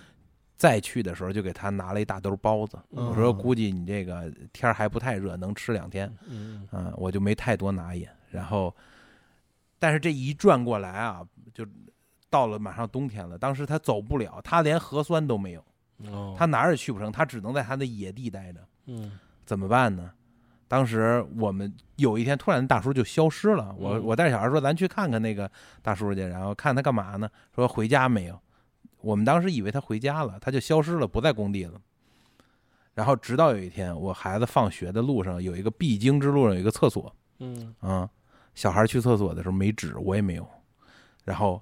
再去的时候就给他拿了一大兜包子，
嗯
我说估计你这个天儿还不太热，能吃两天。
嗯
嗯，我就没太多拿也。然后，但是这一转过来啊，就到了马上冬天了。当时他走不了，他连核酸都没有，
嗯，哦，
他哪儿也去不成，他只能在他的野地待着。
嗯
怎么办呢？当时我们有一天突然大叔就消失了，我
嗯
我带着小孩说咱去看看那个大叔去，然后看他干嘛呢？说回家没有？我们当时以为他回家了，他就消失了，不在工地了。然后直到有一天，我孩子放学的路上有一个必经之路上有一个厕所，
嗯
啊，小孩去厕所的时候没纸，我也没有。然后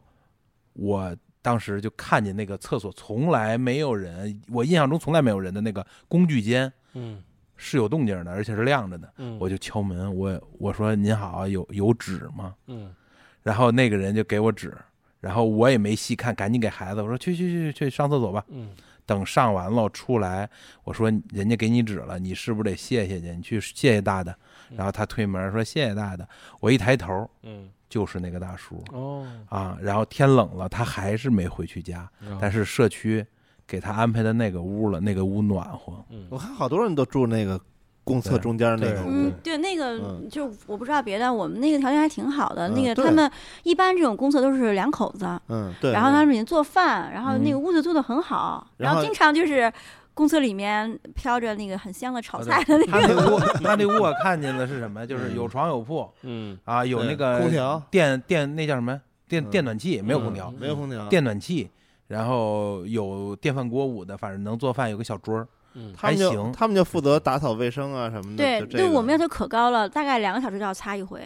我当时就看见那个厕所从来没有人，我印象中从来没有人的那个工具间
嗯
是有动静的，而且是亮着的。
嗯，
我就敲门，我我说您好，有有纸吗？
嗯
然后那个人就给我纸，然后我也没细看，赶紧给孩子我说去去去去上厕所吧。
嗯
等上完了出来，我说人家给你纸了，你是不是得谢谢去？你去谢谢大的。然后他推门说谢谢大的。我一抬头，
嗯
就是那个大叔
哦，
啊。然后天冷了，他还是没回去家，
嗯
但是社区给他安排的那个屋了，那个屋暖和。
嗯
我看好多人都住那个公厕
对
中间那
对
个屋
嗯，，对，那个、
嗯
就我不知道别的，我们那个条件还挺好的。
嗯
那个
对
他们一般这种公厕都是两口子，
嗯，对。嗯
然后他们里面做饭，然后那个屋子做的很好，
然
然后
后
经常就是公厕里面飘着那个很香的炒菜的 那
他
个，
那屋，他那屋我看见的是什么？就是有床有铺
嗯
啊，有
对
那个
空调
电电那叫什么电
嗯
电暖气，没有空
嗯
调，
没有空调，
电暖气，然后有电饭锅捂的，反正能做饭，有个小桌儿。
嗯
他
还
们
行
就他们就负责打扫卫生啊什么的。
对，
就这
对
个嗯
我们要求可高了，大概两个小时就要擦一回。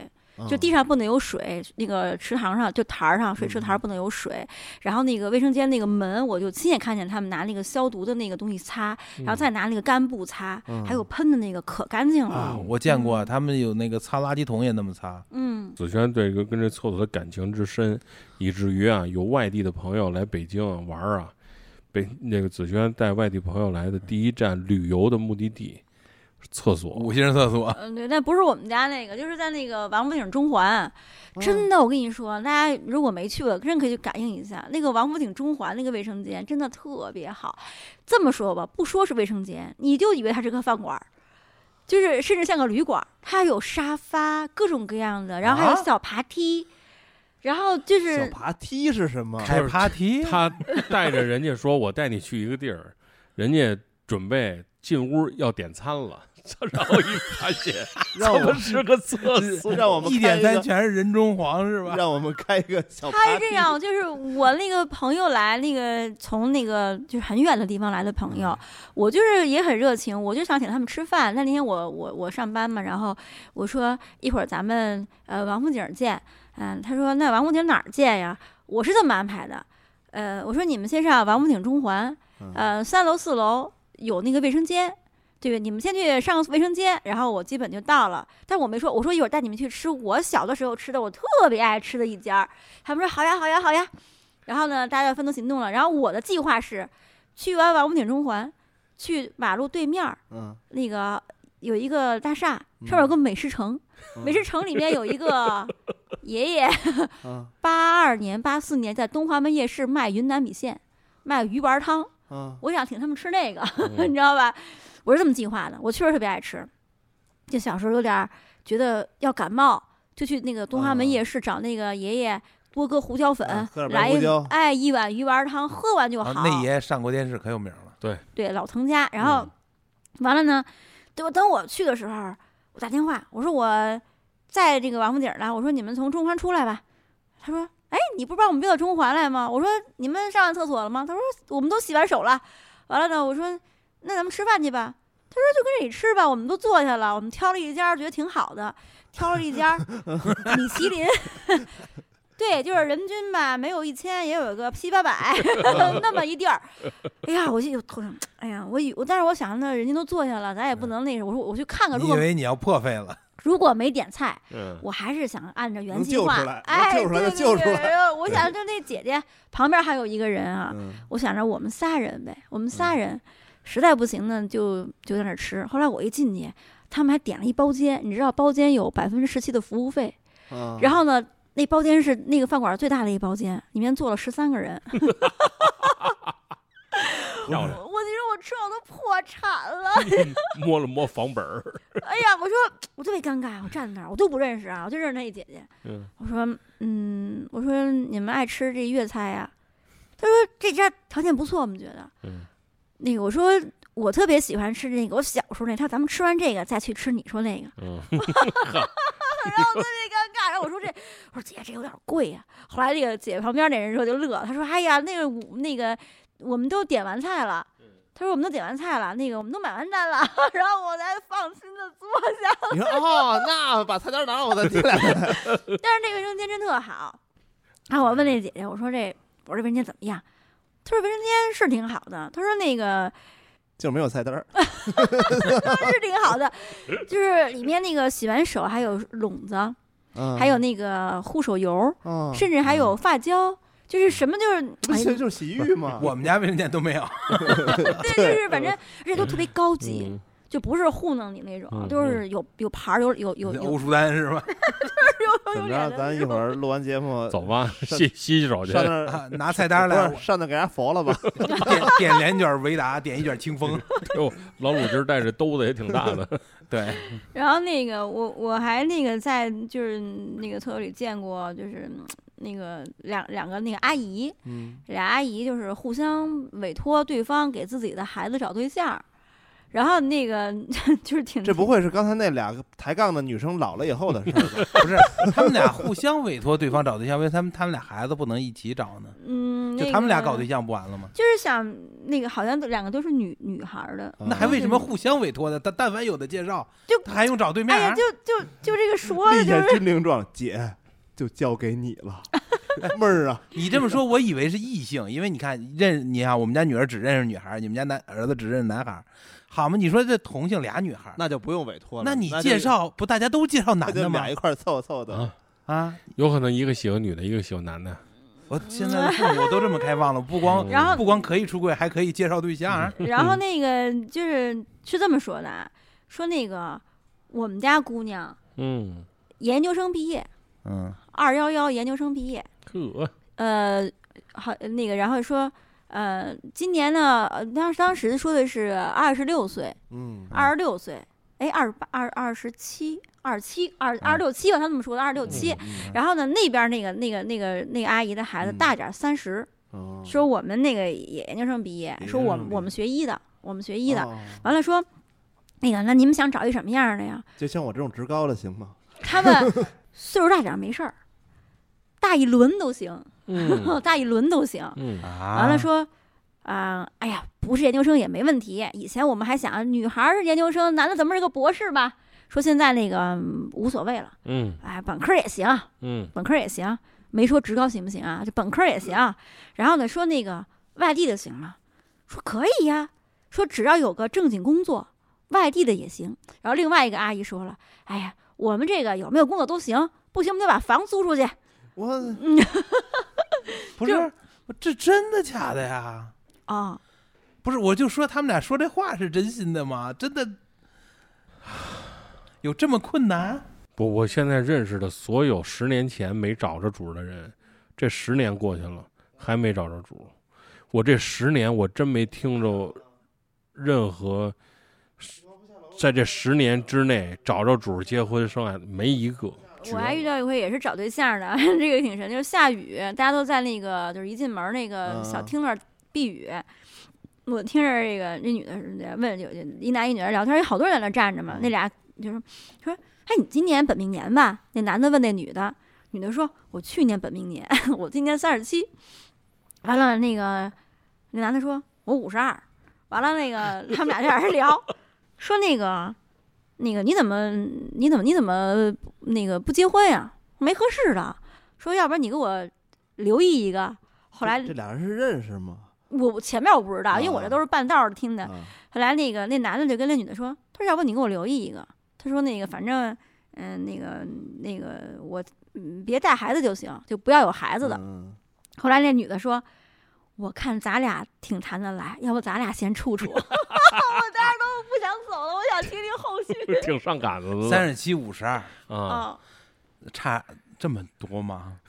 就地上不能有水，那个池塘上就台儿上水池
嗯
台儿不能有水，然后那个卫生间那个门，我就亲眼看见他们拿那个消毒的那个东西擦，
嗯
然后再拿那个干布擦，还有喷的那个可干净
啊，
哦
了。
我见
嗯
过，他们有那个擦垃圾桶也那么擦。
嗯，
子轩对跟跟这厕所的感情之深，以至于啊，有外地的朋友来北京啊玩儿啊，北那个子轩带外地朋友来的第一站旅游的目的地，厕所。
五星厕所，
嗯，对，但不是我们家那个，就是在那个王府井中环，
哦
真的，我跟你说，大家如果没去过，真可以去感应一下那个王府井中环那个卫生间，真的特别好。这么说吧，不说是卫生间，你就以为它是个饭馆儿，就是甚至像个旅馆儿，它有沙发各种各样的，然后还有
啊
小爬梯，然后就是
小爬梯是什么？
开 party，
他带着人家说：“我带你去一个地儿，人家准备进屋要点餐了。” 然后一发现
让我
他们是个厕所，
让我们
一
开
点
个
三全是人中皇是吧？
让我们开一个小
他
爬
是
梯
这。样，就是我那个朋友来，那个从那个就是很远的地方来的朋
嗯
友，我就是也很热情，我就想请他们吃饭。那那天我我我上班嘛，然后我说一会儿咱们呃王府井见，嗯、他说那王府井哪儿见呀？我是这么安排的，呃，我说你们先上王府井中环，
嗯
呃，三楼四楼有那个卫生间。对，你们先去上卫生间，然后我基本就到了。但我没说，我说一会儿带你们去吃我小的时候吃的，我特别爱吃的一家儿。他们说好呀，好呀，好呀。然后呢，大家就分头行动了。然后我的计划是，去完王府井中环，去马路对面儿
嗯，
那个有一个大厦，上面有个美食城，
嗯
美食城里面有一个爷爷，
嗯
八二年、八四年在东华门夜市卖云南米线，卖鱼丸汤。
嗯
我想请他们吃那个，
嗯
你知道吧？我是这么计划的。我确实特别爱吃，就小时候有点儿觉得要感冒，就去那个东华门夜市找那个爷爷多搁胡椒粉，
嗯啊喝点白
来
胡
一
椒
哎一碗鱼丸汤，喝完就好。
啊那爷爷上过电视可有名了。
对老滕家，然
嗯
后、完了呢，等我等我去的时候，我打电话，我说我在这个王府井呢，我说你们从中环出来吧。他说，哎，你不是把我们调到中环来吗？我说你们上完厕所了吗？他说我们都洗完手了。完了呢，我说那咱们吃饭去吧。”他说：“就跟这里吃吧，我们都坐下了，我们挑了一家，觉得挺好的，挑了一家米其林。 对，就是人均吧，没有一千也有个七八百那么一地儿。哎呀，我就头上，哎呀，我以我，但是我想那人家都坐下了，咱也不能那什么。我说我去看看，如
你以
果
为你要破费了？
如果没点菜，
嗯，
我还是想按照原
能
计
救
划
出来，能
哎，
救出来
对
就
对
救出
对
来
然后我想就那姐姐旁边还有一个人啊，
嗯，
我想着我们仨人呗，我们仨人，实在不行呢就就在那儿吃。后来我一进去，他们还点了一包间，你知道包间有百分之十七的服务费，
啊
然后呢。那包间是那个饭馆最大的一包间，里面坐了十三个 人。 我
漂亮，
我你说我吃我都破产 了，
嗯摸了摸房本儿，
哎呀，我说我特别尴尬，我站在那儿我都不认识啊，我就认识那一姐姐。
嗯
我说，嗯，我说你们爱吃这粤菜呀、她说这家条件不错，我们觉得。
嗯
那个我说我特别喜欢吃那个，我小时候那。她说咱们吃完这个再去吃你说那个，
嗯，
然后我特别尴尬。然后我说这，我说姐这有点贵呀、后来这个姐旁边那人说就乐，她说哎呀那个我那个我们都点完菜了。
嗯
她说我们都点完菜了，那个我们都买完单了， 然后我才放心的坐下。
你说哦，那把菜单拿了，我再进来。
但是那卫生间真特好。然后我问那姐姐，我说这我说卫生间怎么样？她说卫生间是挺好的，她说那个
就没有菜单儿，
是挺好的，就是里面那个洗完手还有笼子，
嗯
还有那个护手油，
啊，
甚至还有发胶，就是什么就是，哎
这就是洗浴 嘛。
我们家卫生间都没有，
对，就是反正而且都特别高级，
嗯
就不是糊弄你那种，
嗯
都是有有牌儿，有有有有
欧舒丹是吧？
有
怎
有
么
脸
着？
的
咱一
那种
会儿录完节目，
走吧，洗洗洗手去
上。那 儿
啊拿菜单来
不，是上那儿给人家佛 了吧？
点点两卷维达，点一卷清风。
哟，老鲁今儿带着兜子也挺大 的，
对，
然后那个我我还那个在就是那个厕所里见过，就是嗯那个两两个那个阿姨，
嗯，
俩阿姨就是互相委托对方给自己的孩子找对象儿，然后那个 就是挺
这不会是刚才那俩抬杠的女生老了以后的事儿 吧？
不是他们俩互相委托对方找对象，为什么他们他们俩孩子不能一起找呢？
嗯，
就
那
他们俩搞
个
对象不完了吗？
就是想那个好像两个都是女女孩儿
啊
的，
那还
嗯
为什么互相委托呢？他但凡有的介绍，
就
他还用找对面
哎
儿
呀，？就就就这 个说的
立
就
下
是
军令状，姐就交给你了， 妹儿啊，
你这么说，我以为是异性，因为你看认你看我们家女儿只认识女孩儿，你们家男儿子只认识男孩儿，好嘛？你说这同性俩女孩儿，
那就不用委托了。
那你
就
介绍不大家都介绍
那
男
就
的吗
俩一？块儿凑凑的
啊，
啊，
有可能一个喜欢女的，一个喜欢男的。
我现在的父母都这么开放了，不 光
嗯
然后
不光可以出柜，还可以介绍对象啊儿。
然后那个就是是这么说的，啊，说那个我们家姑娘
嗯，
研究生毕业，
嗯，
二幺幺研究生毕业，
呵，
呃，好那个，然后说，呃，今年呢，呃当当时说的是二十六岁，
嗯，
二十六岁，哎，二十八、二二十七、二七、二
嗯
二六七吧，他这么说的，二六七。然后呢，那边那个那个那个那个阿姨的孩子
嗯
大点儿，三十，
嗯
说我们那个也研究生毕业，
也
说我
研究生
们
毕业
我们学医的，我们学医的，
哦
完了说，那个那你们想找一什么样的呀？
就像我这种职高的行 吗？
他 们岁数大点儿没事儿，大一轮都行，
嗯
大一轮都行。
嗯
啊
完了说，啊、哎呀，不是研究生也没问题。以前我们还想女孩儿是研究生，男的怎么是个博士吧？说现在那个、嗯无所谓了，
嗯
哎，本科儿也行，
嗯
本科儿也行，没说职高行不行啊？就本科儿也行。然后呢，说那个外地的行吗？说可以呀、说只要有个正经工作，外地的也行。然后另外一个阿姨说了，哎呀，我们这个有没有工作都行，不行我们就把房租出去。
我
不，
就是
我这真的假的呀？
啊、
不是，我就说他们俩说这话是真心的吗？真的有这么困难？
我我现在认识的所有十年前没找着主儿的人，这十年过去了还没找着主儿。我这十年我真没听着任何在这十年之内找着主儿结婚生孩子没一个。
我还遇到一回也是找对象的， 这个挺神，就是下雨，大家都在那个就是一进门那个小
嗯
厅那儿避雨。我听着这个那女的是在问有有一男一女的聊天，有好多人在那站着嘛，那俩就说说，哎，你今年本命年吧？那男的问那女的，女的说我去年本命年， 我今年三十七。完了那个那男的说我五十二，完了，那个他们俩在那儿聊，说那个，那个你怎么你怎么你怎么那个不结婚呀、没合适的。说要不然你给我留意一个。后来
这俩人是认识吗？
我前面我不知道，因为我这都是半道儿听的。
啊，
后来那个那男的就跟那女的说，他说要不你给我留意一个，他说那个反正嗯、那个那个我嗯别带孩子就行，就不要有孩子的。
嗯
后来那女的说。我看咱俩挺谈得来，要不咱俩先处处。 我当时都不想走了，我想听听后续。
挺上杆子的。
三十七五十二，
啊，
啊，
差这么多吗？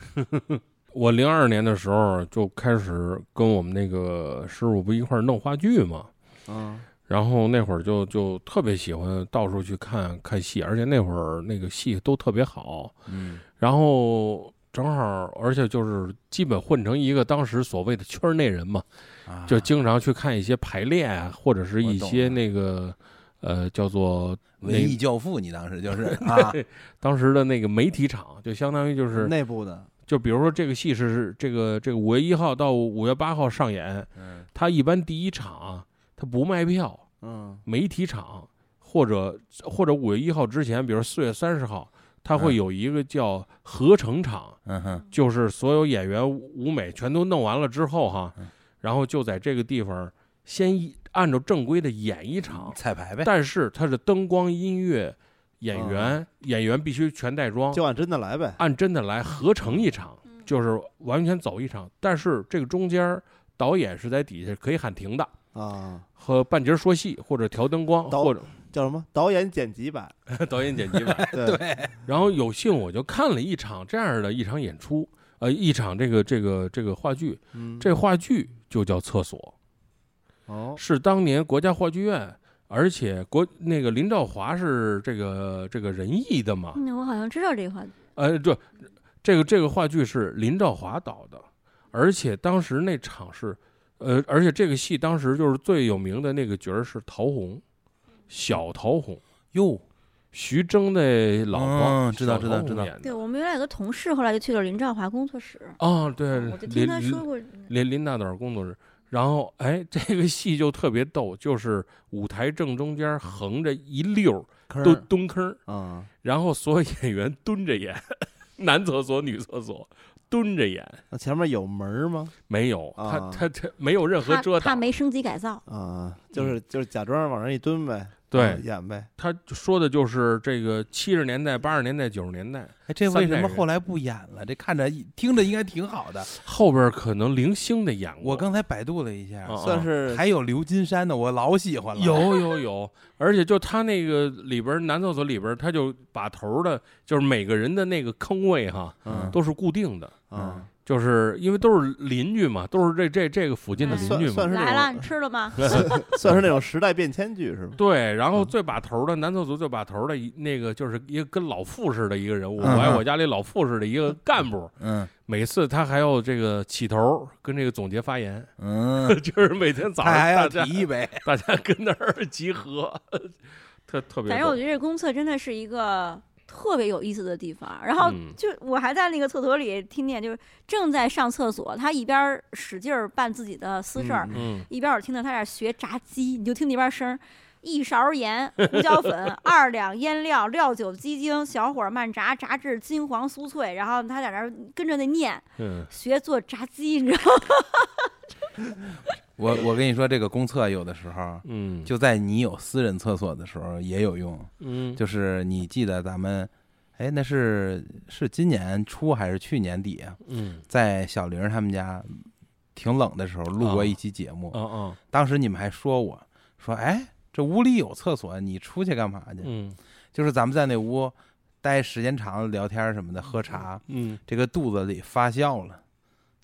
我零二年的时候就开始跟我们那个师傅不一块儿弄话剧嘛，
嗯
然后那会儿就就特别喜欢到处去看看戏，而且那会儿那个戏都特别好，
嗯，
然后正好而且就是基本混成一个当时所谓的圈内人嘛，
啊
就经常去看一些排练啊，或者是一些
我懂了
那个呃叫做那
文艺教父，你当时 就是啊，
当时的那个媒体场，就相当于就是
内部的，
就比如说这个戏是这个这个五月一号到五月八号上演，
嗯
它一般第一场它不卖票，
嗯
媒体场或者或者五月一号之前，比如四月三十号，它会
嗯
有一个叫合成场，
嗯哼，
就是所有演员舞美全都弄完了之后哈
嗯，
然后就在这个地方先一按照正规的演一
嗯
场，
彩排呗，
但是它是灯光、音乐、演员，演员必须全带妆，
嗯就按真的来呗。
按真的来合成一场，就是完全走一场。但是这个中间儿导演是在底下可以喊停的，
啊，
和半截儿说戏或者调灯光，
导
或 者
叫什么导演剪辑版？
导演剪辑版。
对，
然后有幸我就看了一场这样的一场演出，呃，一场这个这个这个话剧，
嗯
这话剧就叫《厕所
哦》，，
是当年国家话剧院。而且国那个林兆华是这个这个仁义的嘛，
嗯，我好像知道这话。
呃，这这个这个话剧是林兆华导的，而且当时那场是，呃，而且这个戏当时就是最有名的那个角儿是陶虹，小陶虹，
哟，
徐峥的老婆，
嗯知道
小陶虹
知道知道
演的
对我们原来有个同事，后来就去了林兆华工作室，
哦，对，
我就听
林
他说过。
林林大导工作室。然后，哎，这个戏就特别逗，就是舞台正中间横着一溜儿
坑
蹲蹲坑儿，
啊，
然后所有演员蹲着演， 男厕所、女厕所蹲着演，
那前面有门儿吗？
没有，他
啊
他他没有任何遮
他他
挡。
没升级改造，
啊，就是就是假装往那一蹲呗，啊
嗯对，
演呗。
他说的就是这个七十年代、八十年代、九十年代
哎，这
三
为什
代
么哦
人
后来不演了？这看着听着应该挺好的。
后边，可能零星的演过。
我刚才百度了一下，
啊
算是嗯
还有刘金山呢，我老喜欢了。
有有有，而且就他那个里边男厕所里边，他就把头的，就是每个人的那个坑位哈，
嗯
都是固定的，
嗯
啊，
就是因为都是邻居嘛，都是这这这个附
哎
近的
嗯
邻
算
居嘛
算。是
来
那
了，
种
你吃了吗？
算是那种时代变迁剧是吧？
对，然后
嗯
最把头的男厕所最把头的一那个就是一个跟老傅似的一个人物，我
嗯
爱
嗯
我家里老傅似的一个干部，
嗯
每次他还要这个起头跟这个总结发言，
嗯，
就是每天早
他
上
还
大
要
家
提一 杯，
大家跟那儿集合，特特别
反正我
逗。
觉得这公厕真的是一个特别有意思的地方。然后
嗯
就我还在那个厕所里听见，就是正在上厕所，他一边儿使劲儿办自己的私事儿，
嗯，
一边儿我听到他在那儿学炸鸡，你就听那边儿声儿。一勺盐、胡椒 粉、二两腌料、料酒、鸡精，小火慢炸，炸至金黄酥脆。然后他在那儿跟着那念，
嗯，
学做炸鸡，你知道吗？
我我跟你说，这个公厕有的时候
嗯，
就在你有私人厕所的时候也有用。
嗯
就是你记得咱们，哎，那是是今年初还是去年底啊？
嗯
在小玲他们家挺冷的时候录过一期节目，
啊啊
当时你们还说我说，哎，这屋里有厕所，你出去干嘛去？
嗯
就是咱们在那屋待时间长了，聊天什么的，喝茶，
嗯
这个肚子里发酵了。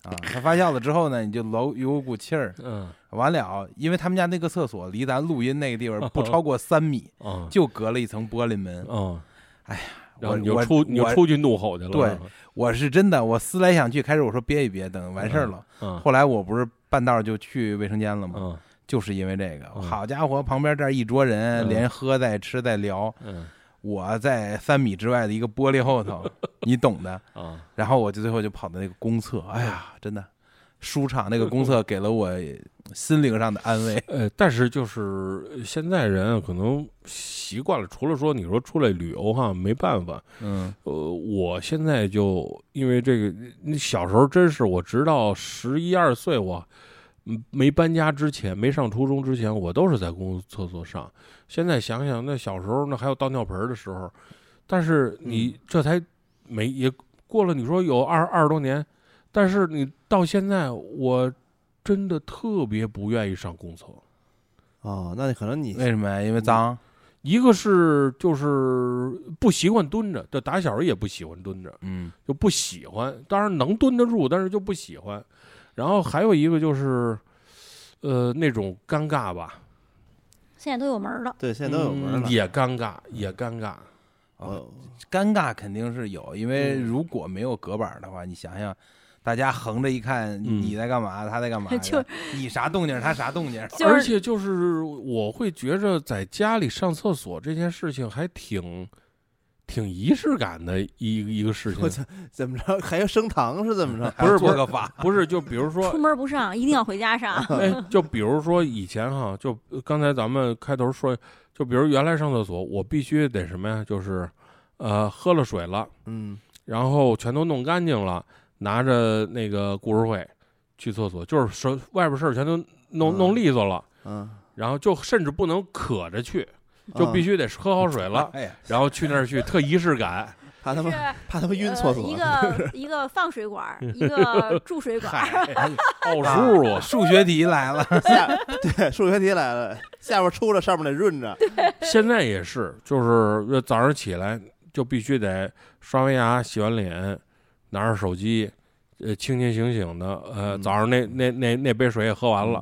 啊，它发酵了之后呢，你就老有股气儿。
嗯
完了，因为他们家那个厕所离咱录音那个地方
哦
不超过三米，
啊
就隔了一层玻璃门。
啊，
哎呀，
然后
我
你就
我
出你就
我
出去怒吼去了，
对
是吧，
我是真的，我思来想去，开始我说憋一憋，等完事儿了。
嗯
后来我不是半道就去卫生间了吗？
嗯
就是因为这个，
嗯
好家伙，旁边这儿一桌人，
嗯
连喝带吃带聊，
嗯
我在三米之外的一 个玻璃后头，你懂的。
啊，
然后我就最后就跑到那个公厕，哎呀，真的舒畅，那个公厕给了我心灵上的安慰。
呃，但是就是现在人啊可能习惯了，除了说你说出来旅游哈，没办法。
嗯
呃，我现在就因为这个，那小时候真是我直到十一二岁我。嗯没搬家之前，没上初中之前，我都是在公共厕所上。现在想想，那小时候那还有倒尿盆儿的时候，但是你这才没也过了，你说有二二十多年，但是你到现在，我真的特别不愿意上公厕。
哦，那可能你
哎
为什么呀？因为脏。
一个是就是不习惯蹲着，这打小也不喜欢蹲着，
嗯
就不喜欢。当然能蹲得住，但是就不喜欢。然后还有一个就是，呃，那种尴尬吧，
现在都有门儿了，
对现在都有门儿
嗯
了，
也尴尬，也尴尬。嗯
哦
尴尬肯定是有，因为如果没有隔板的话，你想想，大家横着一看，
嗯
你在干嘛，他 在干嘛呀，
就是
你啥动静，他啥动静，
就是
而且就是我会觉着在家里上厕所这件事情还挺挺仪式感的一个一个事
我
情
操，怎么着 还要升堂是怎 么着？
还
不是
做个法，
不是就比如说
出门不上，一定要回家上。
哎，就比如说以前哈，就呃刚才咱们开头说，就比如原来上厕所，我必须得什么呀？就是，呃，喝了水了，
嗯，
然后全都弄干净了，拿着那个故事会去厕所，就是什外边事儿全都弄弄
嗯
利索了，
啊，
然后就甚至不能渴着去，就必
须
须得喝好 水 了，
哎呀，
然后去那儿去，特仪式感。
啊怕 他
是
们怕他们晕厕所，
呃、一个一个放水 管儿，一个注水管儿，
奥数啊，
数学题来了，
下 对数学题来了，下边出着，上面得润着，
现在也是，就是呃早上起来就必须得刷完牙、洗完脸，拿着手机，呃，清清醒醒的，呃，
嗯
早上那那那那杯水也喝完了，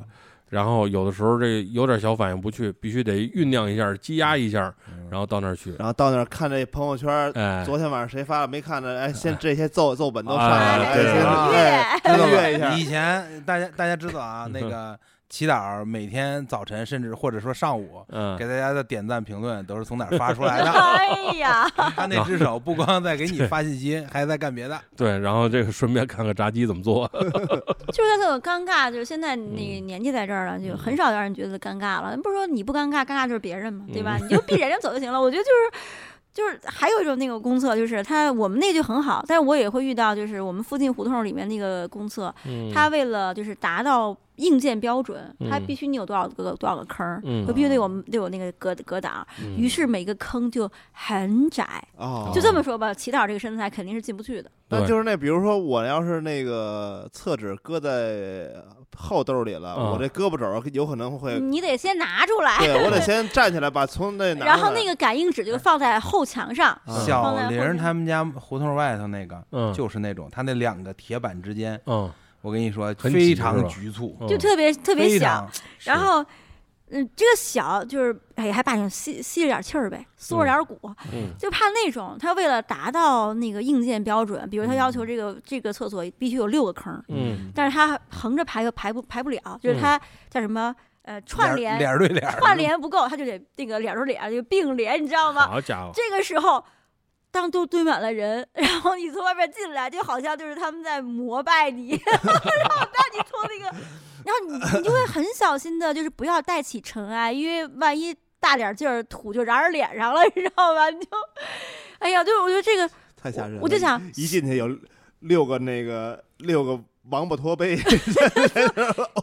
然后有的时候这有点小反应不去，必须得酝酿一下、积压一下，然后到那儿去，
然后到那儿看这朋友圈，
呃
哎，
昨天晚上谁发了没看着？哎，先这些奏奏本都 上
哎
来了，哎
对
先
啊
对
哎
知 道
登月一
吧？
下
以，前大家大家知道
嗯
啊，那个祈祷每天早晨，甚至或者说上午。
嗯
给，大家的点赞评论都是从哪儿发出来 的？
哎呀，
他那只手不光在给你发信息，还在干别的。
对，然后这个顺便看看炸鸡怎么做，
就是特尴尬。就是现在你
嗯
年纪在这儿了，就很少让人觉得尴尬了。不是说你不尴尬，尴尬就是别人嘛，
嗯
对吧？你就避着人家走就行了。我觉得就是。就是还有一种那个公厕，就是他我们那就很好，但是我也会遇到，就是我们附近胡同里面那个公厕，
嗯
他为了就是达到硬件标准，他
嗯
必须你有多少个多少个坑儿，
嗯
就必须得有得有那个隔隔挡，于是每个坑就很窄。
哦，
就这么说吧，祈祷这个身材肯定是进不去的。
那
对
就是那，比如说我要是那个厕纸搁在后兜里了，
啊
我这胳膊肘有可能
呃
会，
你得先拿出来，
对我得先站起来把从那拿出来，
然后那个感应纸
哎
就放在后墙上。
哦
啊
小玲儿他们家胡同外头那个，
嗯
嗯就是那种，他那两个铁板之间，
嗯，
我跟你说
很挤
非
是
常
吧
局促，
就特别特别
非
小
常，
然后，嗯，这个小就是哎，还把你吸吸着点气儿呗，缩着点骨，
嗯
就怕那种他为了达到那个硬件标准，比如他要
嗯
求这个、这个厕所必须有六个坑儿，
嗯
但是他横着排又排不排不了，就是他叫什么呃串
嗯脸
联
儿脸儿对脸儿，
串联不够，他就得那个脸对脸就并联，你知道吗？
好家伙，
这个时候。当都堆满了人，然后你从外面进来，就好像就是他们在膜拜你， 然后让你从那个，然后你你就会很小心的，就是不要带起尘埃，因为万一大点劲儿，土就燃人脸上了， 你知道吧？你就，哎呀，就是我觉得这个，
太吓人了。
我 就想
一进去有六个那个六个王八驼背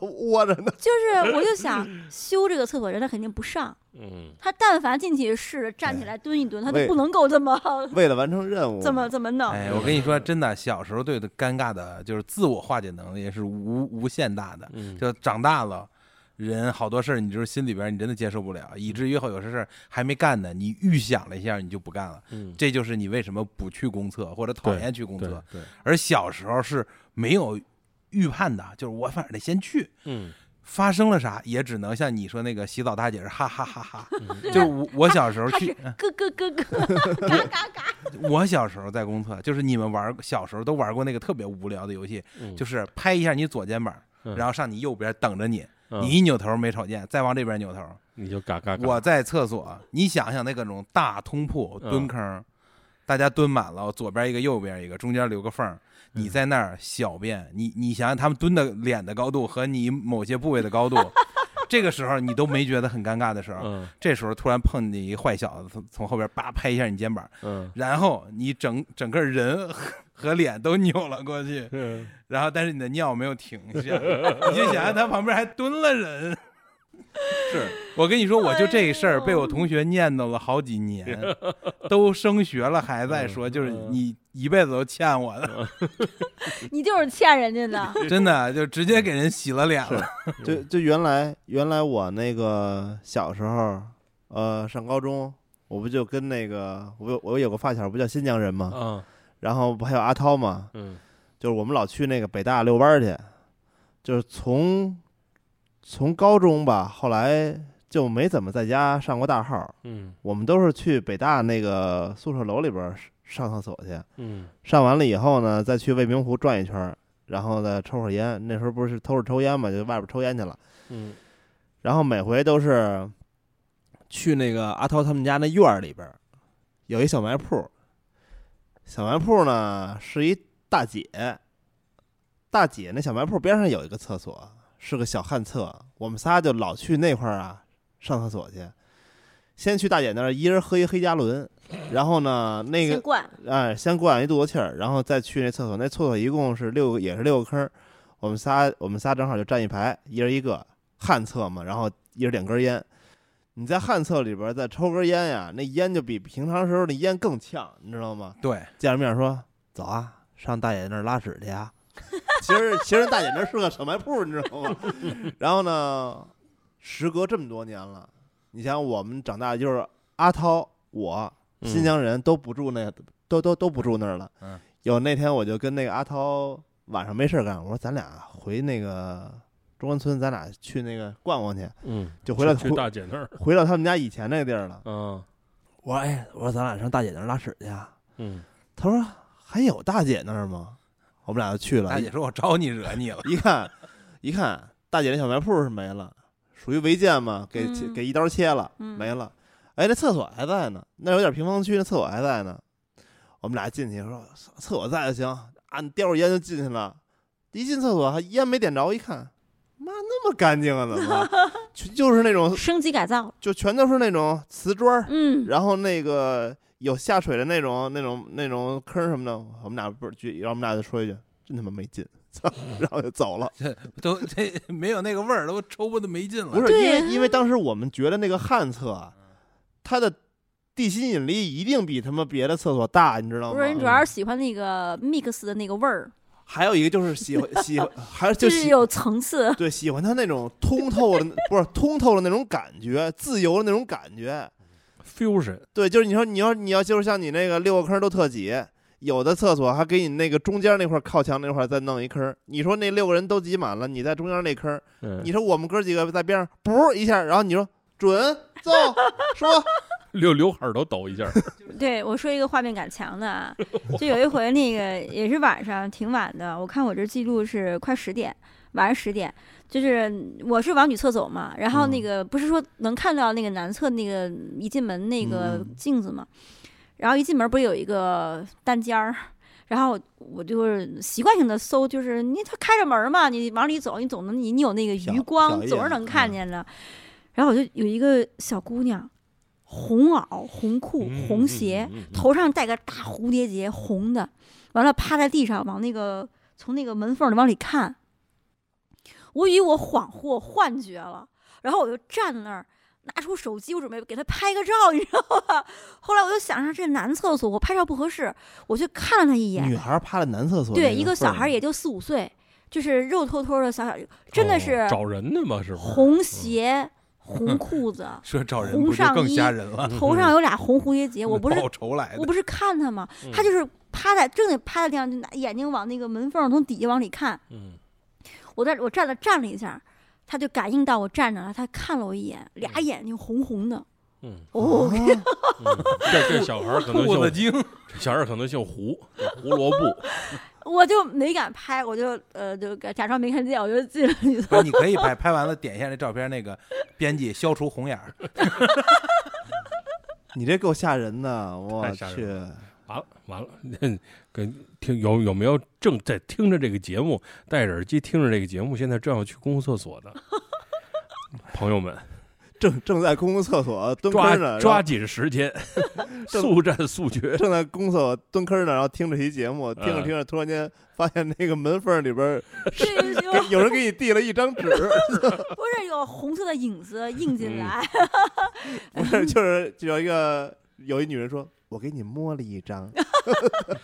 窝着呢，
就是我就想修这个厕所，人他肯定不上，
嗯
他但凡进去试着站起来蹲一蹲，他
哎喂
都不能够这么
为了完成任务，
这么这么弄。
哎，我跟你说，真的，小时候对的尴尬的，就是自我化解能力是无无限大的。
嗯，
就长大了，人好多事儿，你就是心里边儿你真的接受不了，以至于后有些事儿还没干呢，你预想了一下，你就不干了。
嗯
这就是你为什么不去公厕或者讨厌去公
对
厕。
对，
而小时候是没有预判的，就是我反正得先去。
嗯
发生了啥，也只能像你说那个洗澡大姐是哈哈哈哈。
嗯
就是我我小时候
他是
去，
咯咯咯咯，嘎嘎嘎。
我小时候在公厕，就是你们玩儿小时候都玩过那个特别无聊的游戏，
嗯
就是拍一下你左肩膀，
嗯
然后上你右边等着你，
嗯
你一扭头没瞅见，再往这边扭头。
你就嘎嘎嘎，
我在厕所，你想想那各种大通铺
嗯
蹲坑，大家蹲满了，左边一个，右边一个，中间留个缝儿。
嗯
你在那儿小便，你你想想他们蹲的脸的高度和你某些部位的 高度，这个时候你都没觉得很尴尬的时候，
嗯
这时候突然碰见一个坏小子从从后边叭拍一下你肩膀，
嗯
然后你整整个人和和脸都扭了过去，
嗯，
然后但是你的尿没有停下，你就想想他旁边还蹲了人。
是
我跟你说，我就这事
哎
儿
呦
被我同学念叨了好几年，都升学了还在说，就是你一辈子都欠我的，
你就是欠人家的，
真的就直接给人洗了脸了。
就就原来原来我那个小时候，呃，上高中，我不就跟那个我有我有个发小，不叫新疆人吗？
啊
然后不还有阿涛吗？
嗯
就是我们老去那个北大遛弯儿去，就是从从高中吧，后来就没怎么在家上过大号，
嗯
我们都是去北大那个宿舍楼里边儿上厕所去，
嗯
上完了以后呢，再去未名湖转一圈儿，然后再抽会儿烟。那时候不是偷着抽烟嘛，就外边抽烟去了。
嗯
然后每回都是去那个阿涛他们家那院儿里边儿，有一小卖铺。小卖铺呢是一大姐，大姐那小卖铺边上有一个厕所，是个小旱厕。我们仨就老去那块儿啊上厕所去。先去大姐那儿，一人喝一黑加仑，然后呢， 那个
先惯。
哎，先灌一肚子气儿，然后再去那厕所。那厕所一共是六个，也是六个坑儿。我们仨，我们仨正好就站一排，一人一个，旱厕嘛，然后一人点根烟。你在旱厕里边儿再抽根烟呀，那烟就比平常时候的烟更呛，你知道吗？
对，
见着面说走啊，上大姐那儿拉屎去啊。 其实其实大姐那儿是个小卖铺，你知道 吗？然后呢，时隔这么多年了，你想我们长大就是阿涛我
嗯
新疆人都不住那，都都都不住那儿了。
嗯，
有那天我就跟那个阿涛晚上没事儿干，我说咱俩回那个中关村，咱俩去那个逛逛去，
嗯，
就回到
去去大姐那儿
回到他们家以前那个地儿了。
啊
我说哎，我说咱俩上大姐那儿拉屎去啊。
嗯
他说还有大姐那儿吗？我们俩就去了，
大姐说：“我招你惹你了。
一看，一看大姐那小卖铺是没了，属于违建嘛，给切、
嗯
给一刀切了，
嗯
没了。哎，那厕所还在呢，那有点平房区，那厕所还在呢。我们俩进去说厕所在就行，啊，你叼着烟就进去了。一进厕所，还烟没点着，一看，妈那么干净啊，怎 么就就是那种
升级改造了，
就全都是那种瓷砖儿，
嗯，
呃然后那个有下水的那种、那种、那种坑什么的，我们俩不是，然后我们俩就说一句，真他妈没劲，操，然后就走了。
这都这没有那个味儿，都抽不的没劲
不
了。
是因
对
为因为当时我们觉得那个旱厕啊，它的地心引力一定比他妈别的厕所大，你知道
不
吗
是？人主
嗯
要是喜欢那个 mix 的那个味儿，
还有一个就是喜欢喜欢，还是就
就
是喜
有层次，
对喜欢它那种通透的，不是通透的那种感觉，自由的那种感觉。
，fusion
对，就是你说你要你要就是像你那个六个坑都特挤，有的厕所还给你那个中间那块儿靠墙那块儿再弄一坑儿。你说那六个人都挤满了，你在中间那坑儿，
嗯
你说我们哥几个在边上噗一下，然后你说准奏 说，
刘刘海儿都抖一下，
对我说一个画面感强 的啊，就有一回那个也是晚上挺晚的，我看我这记录是快十点，晚上十点，就是我是往女厕走嘛，然后那
嗯
个不是说能看到那个男厕那个一进门那个
嗯
镜子嘛，然后一进门不是有一个单间儿。然后我我就是习惯性的搜，就是你它开着门嘛，你往里走，你总能你你有那个余
瞟
光
瞟，一
总是
眼
能看
嗯
见的。然后我就有一个小姑娘，红袄、 红裤、红鞋，
嗯，嗯嗯
头上戴个大蝴蝶结，红的，完了趴在地上，往那个从那个门缝里往里看。我以为我恍惚幻觉了，然后我就站在那儿，拿出手机，我准备给他拍个照，你知道吧？ 后来我就想着这男厕所我拍照不合适，我去看了他一眼，
女孩趴在男嗯厕所那缝儿，
对，一个小孩也就四五岁，就是肉坨坨的小小，真的是
哦找人的嘛，是不是？
红鞋、红裤子，
说找人
红
不就
上
更
衣
吓人了？
头上有俩红蝴蝶结，我不是
报仇来
我
的，
不是看他吗？
嗯
他就是趴在正得趴在地上，就拿眼睛往那个门缝儿从底下往里看。
嗯
我在我站了站了一下，他就感应到我站着了，他看了我一眼，俩眼睛红红的。
嗯，
哦，
嗯这这小孩儿可 能
我
姓
的精。
这小孩儿可能姓胡，叫胡萝卜。
我就没敢拍，我就呃就假装没看见，我就进了女
不
厕
是，你可以拍拍完了点一下那照片，那个编辑消除红眼儿。
你这够吓人的，我
太吓人
去，
完了完了，跟听有有没有正在听着这个节目，戴着耳机听着这个节目，现在正要去公共厕所 的朋友们，
正正在公共厕所蹲坑
抓
呢，
抓紧时间，
正
速战速决。
正在公厕所蹲坑呢，然后听这期节目，听着
嗯
听着，突然间发现那个门缝里边儿
对，就
给有人给你递了一 张纸，
不是有红色的影子映
嗯
进来，
不是 就是就有一个有一女人说：“我给你摸了一张。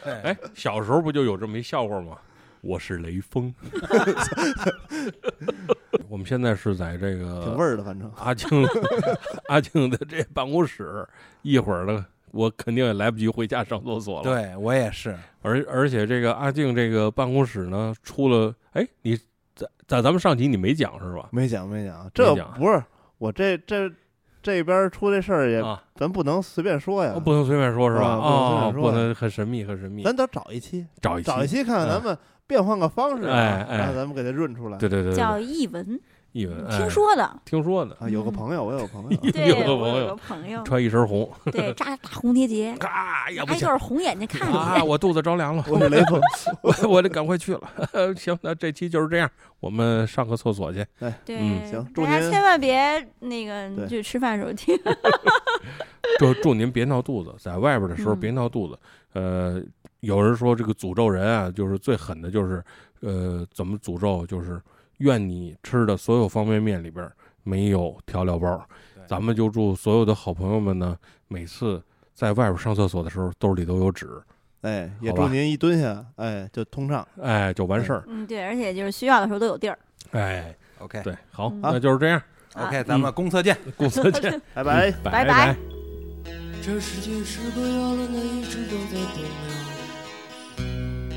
呃哎，小时候不就有这么一笑话吗？我是雷 锋。我们现在是在这”
挺
个
味儿的，反正
阿庆阿庆的这办公室，一会儿呢，我肯定也来不及回家上厕所了。
对我也是，
而而且这个阿静这个办公室呢，出了哎，你在在咱们上集你没讲是吧？
没讲没讲，啊这
讲
不是我这这这边儿出这事儿也，
啊，
咱不能随便说呀
哦，不能随便说是吧？
啊
哦，
不能随便说
不能很神秘，很神秘，
咱得找一期，
找一期
找一期看看
嗯
咱们变换个方式啊，
哎哎
然后咱们给它润出来。
对对对，对
叫译文，
一文哎
听 说的。
听说的，，
啊，有个朋友，我有个朋友啊
对，
有个
我
朋
有嗯
友
个朋友，
穿一身红，
对，扎大红结节，
嘎呀不
拿一
行
对红眼睛看
啊，
你，
我肚子着凉了，
我是雷锋，
我我得赶快去了。 行，那这期就是这样，我们上个厕所去。嗯
对，
行祝
大家
您
千万别那个
对
去吃饭时候听，
就祝您别闹肚子，在外边的时候
嗯
别闹肚子。呃，有人说这个诅咒人啊，就是最狠的，就是呃，怎么诅咒？就是愿你吃的所有方便面里边儿没有调料包儿。咱们就祝所有的好朋友们呢，每次在外边上厕所的时候，兜里都有纸，
哎，也
好
祝
吧
您一蹲下，哎，就通畅。
哎，就完事儿。
嗯，对，而且就是需要的时候都有地儿。
哎，
OK
对，好，
嗯
那就是这样，
OK，咱们公厕见。
公 司见，
拜 拜。
拜
拜
拜。
这世界是个扰乱的，一直都在动摇。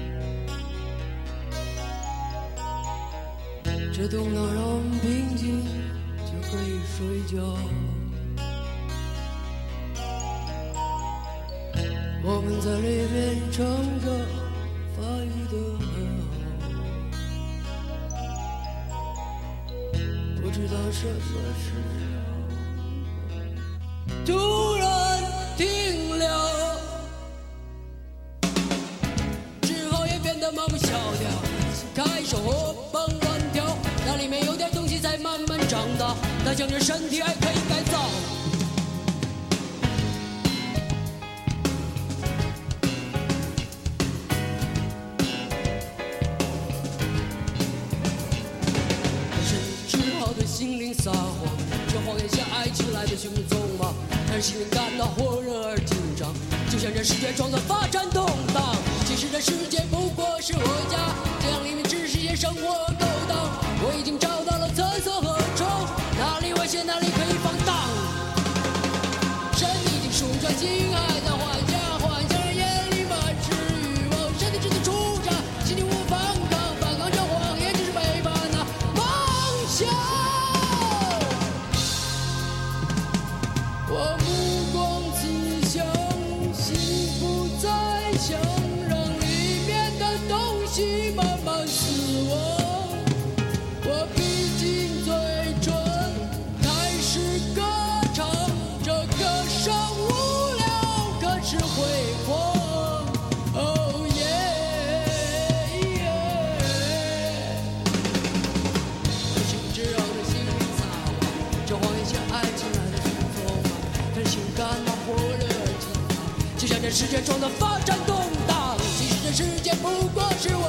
这动荡让我们平静，就可以睡觉。我们在里面成长，发育的很好。不知道什么时候。突然停了，之后也变得麻木萧条，开始活蹦乱跳，那里面有点东西在慢慢长大，它像是身体还可以改造。是之后的心灵撒谎，这谎言像爱情来的迅速匆忙，让心灵感到火热而紧张，就像这世界创造发展动荡。其实这世界不过是我家，这样里面只是些生活勾当。我已经找到了厕所和床，哪里危险哪里可以放荡。身体已经舒展，心还在幻想，幻想让眼里满是欲望，身体正在舒展，心里无反抗，反抗着谎言，只是背叛那梦想。我目光刺向，幸福在想，让里面的东西慢慢死亡。我闭紧嘴唇，开始歌唱。这歌声无聊，可是辉煌。哦耶！可是之后的心灵撒谎，这谎言像爱情来的匆匆忙，让心感到火热而紧张。就像这世界中的发展动荡，其实这世界不过是我